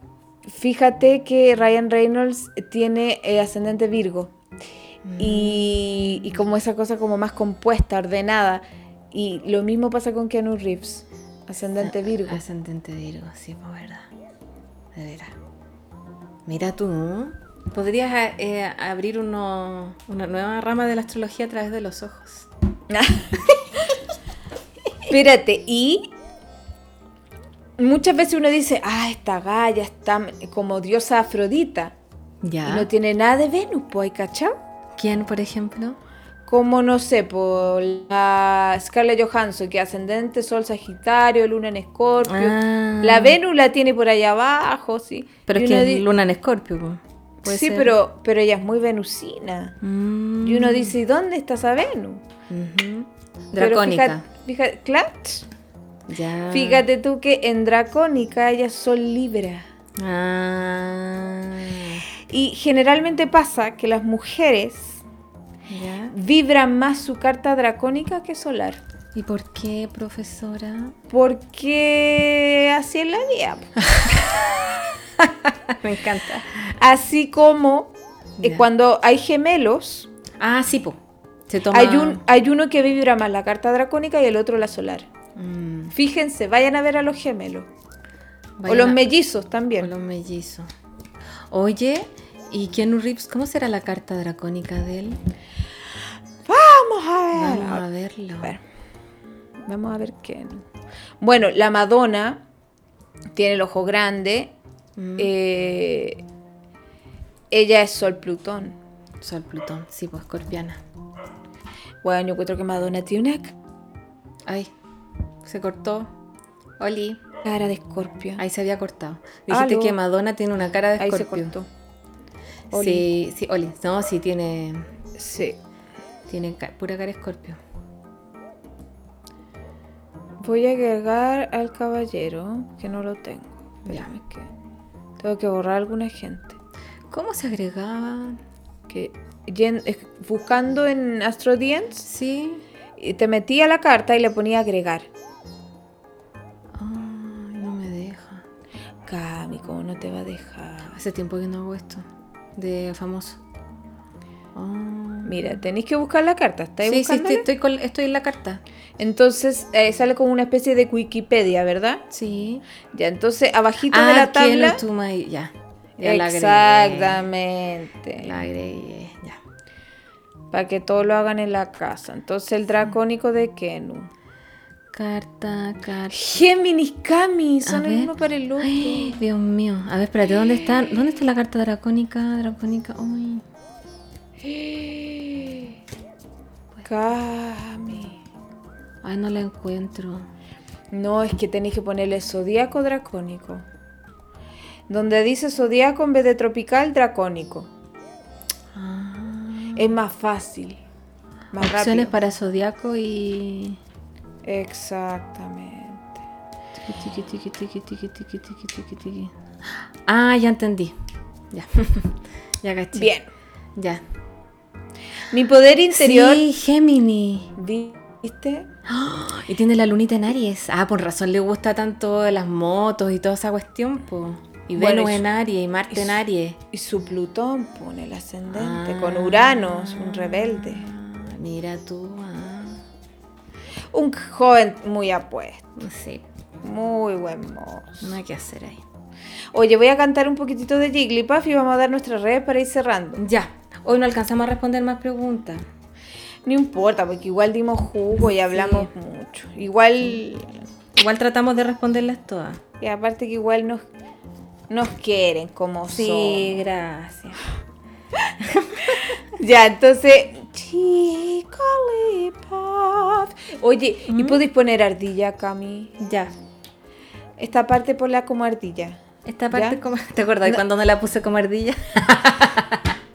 fíjate que Ryan Reynolds tiene eh, ascendente Virgo. Y, y como esa cosa como más compuesta, ordenada. Y lo mismo pasa con Keanu Reeves, ascendente Virgo.
Ah, Ascendente Virgo, sí, por verdad. De veras. Mira tú. Podrías eh, abrir uno- una nueva rama de la astrología a través de los ojos.
Espérate, y muchas veces uno dice, ah, esta Gaia está como diosa Afrodita.
Ya.
Y no tiene nada de Venus, pues, ¿hay cachao?
¿Quién, por ejemplo?
Como no sé, por la Scarlett Johansson, que ascendente, Sol Sagitario, Luna en Escorpio.
Ah.
La Venus la tiene por allá abajo, sí.
Pero
Y
es
uno
que
di-
es luna en escorpio. po. pues. Puede
sí,
ser.
pero, pero ella es muy venusina.
Mm.
Y uno dice, ¿y dónde está esa Venus?
Ujú.
Pero
Dracónica. Ah.
fíjate- fíjate- claro,
Ya.
fíjate tú que en Dracónica ellas son libras.
Ah.
Y generalmente pasa que las mujeres
Ya.
vibran más su carta dracónica que solar.
¿Y por qué, profesora?
Porque así es la vida. po.
Me encanta.
Así como eh,
Ya.
cuando hay gemelos,
Ah, sí, po. Se toma.
hay, un, hay uno que vibra más la carta dracónica y el otro la solar.
Mm,
Fíjense, vayan a ver a los gemelos. o
vayan
los
a-
mellizos
o
también.
los mellizos. Oye, ¿y Keanu Reeves, cómo será la carta dracónica de él?
Vamos a ver.
Vamos a verlo.
Ah. A ver. Vamos a ver qué. Bueno, la Madonna tiene el ojo grande.
Mm.
eh, ella es Sol Plutón.
Sol Plutón, sí, pues escorpiana.
Bueno, yo encuentro que Madonna tiene una
Ay, se cortó. Oli,
cara de escorpio.
ahí se había cortado. Dijiste
Aló.
que Madonna tiene una cara de
Ahí se
escorpio.
cortó.
Sí, sí, Oli. No, sí tiene,
Sí.
tiene ca- pura cara de escorpio.
Voy a agregar al caballero, que no lo tengo.
Ya.
Espérame que tengo que borrar alguna gente.
¿Cómo se agregaba?
Que yen- eh, buscando en AstroDience,
Sí.
y te metía la carta y le ponía agregar.
Ay, no me deja.
Cami, ¿cómo no te va a dejar?
Hace tiempo que no hago esto de famoso. Ah.
Mira, tenéis que buscar la carta. ¿Estáis
Sí, sí,
buscándola?
estoy, estoy con- estoy en la carta.
Entonces eh, sale como una especie de Wikipedia, ¿verdad?
Sí.
Ya, entonces abajito
Ah,
de la
Keanu
tabla.
to my- ya. Ya la agregué.
Exactamente.
La agregué, ya.
Para que todos lo hagan en la casa. Entonces el dracónico de Kenu.
Carta, carta.
Géminis, Cami, son
A
el
ver.
uno para el otro.
Ay, Dios mío. A ver, espérate, ¿dónde está, ¿dónde está la carta dracónica? Dracónica. Uy.
Cami.
Ay, Ah, no la encuentro.
No, es que tenéis que ponerle zodíaco dracónico. Donde dice zodíaco en vez de tropical, dracónico.
Ah.
Es más fácil. Más
Opciones
rápido.
para zodiaco y.
Exactamente.
Tiqui, tiqui, tiqui, tiqui, tiqui, tiqui, tiqui, tiqui, tiqui. Ah, ya entendí. Ya. ya caché.
Bien.
Ya.
Mi poder interior.
Sí, Gemini.
¿Viste?
¡Ah! Y tiene la lunita en Aries. Ah, por razón le gusta tanto las motos y toda esa cuestión, po. Y
Bueno,
Venus
y su-
en Aries y Marte en
su-
Aries.
Y su Plutón pone el ascendente.
Ah.
Con Urano, es un rebelde.
Ah, Mira tú. Ah.
Un joven muy apuesto.
No sé,
Muy buen mozo.
no hay que hacer ahí.
Oye, voy a cantar un poquitito de Jigglypuff y vamos a dar nuestras redes para ir cerrando.
Ya, hoy no alcanzamos a responder más preguntas.
No importa, porque igual dimos jugo y hablamos mucho. Igual.
Igual tratamos de responderlas todas.
Y aparte que igual nos, nos quieren como
Sí, gracias.
son. Ya, entonces. Jigglypuff. Oye,
¿Mm?
¿y podéis poner ardilla, Cami?
Ya.
Esta parte ponla como ardilla.
Esta parte
¿Ya?
como... ¿Te acordás cuando no la puse como ardilla?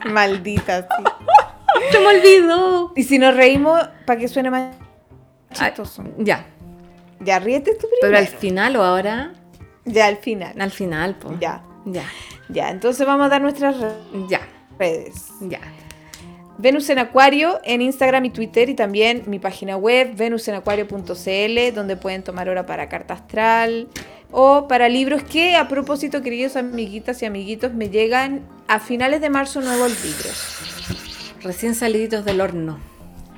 Maldita, sí.
¡Se me olvidó!
Y si nos reímos, para que suene más
Ay,
chistoso.
ya.
Ya ríete tú
Pero
primero.
al final o ahora...
Ya al final.
Al final, pues.
Ya.
Ya.
Ya, entonces vamos a dar nuestras re-
Ya.
redes.
Ya.
Venus en Acuario en Instagram y Twitter y también mi página web venusenacuario.cl donde pueden tomar hora para carta astral o para libros que a propósito queridos amiguitas y amiguitos me llegan a finales de marzo nuevos libros.
Recién saliditos del horno.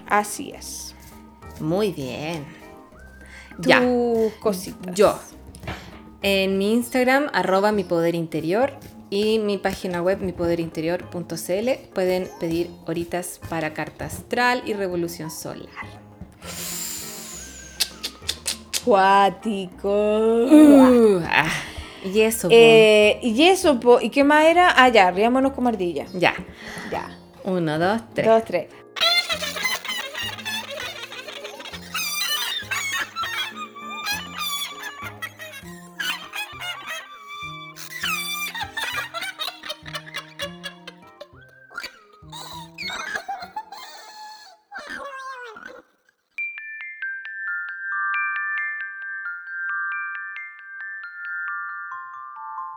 Así es.
Muy bien. Ya.
Tus cositas.
Yo. En mi Instagram, arroba mi poder interior y mi página web mipoderinterior.cl pueden pedir horitas para carta astral y revolución solar.
Cuático.
Ah, y eso. po.
Eh, y eso, po, ¿y qué más era? Ah, ya, riámonos como ardilla.
Ya.
Ya.
Uno, dos, tres.
Dos, tres.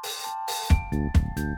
chao.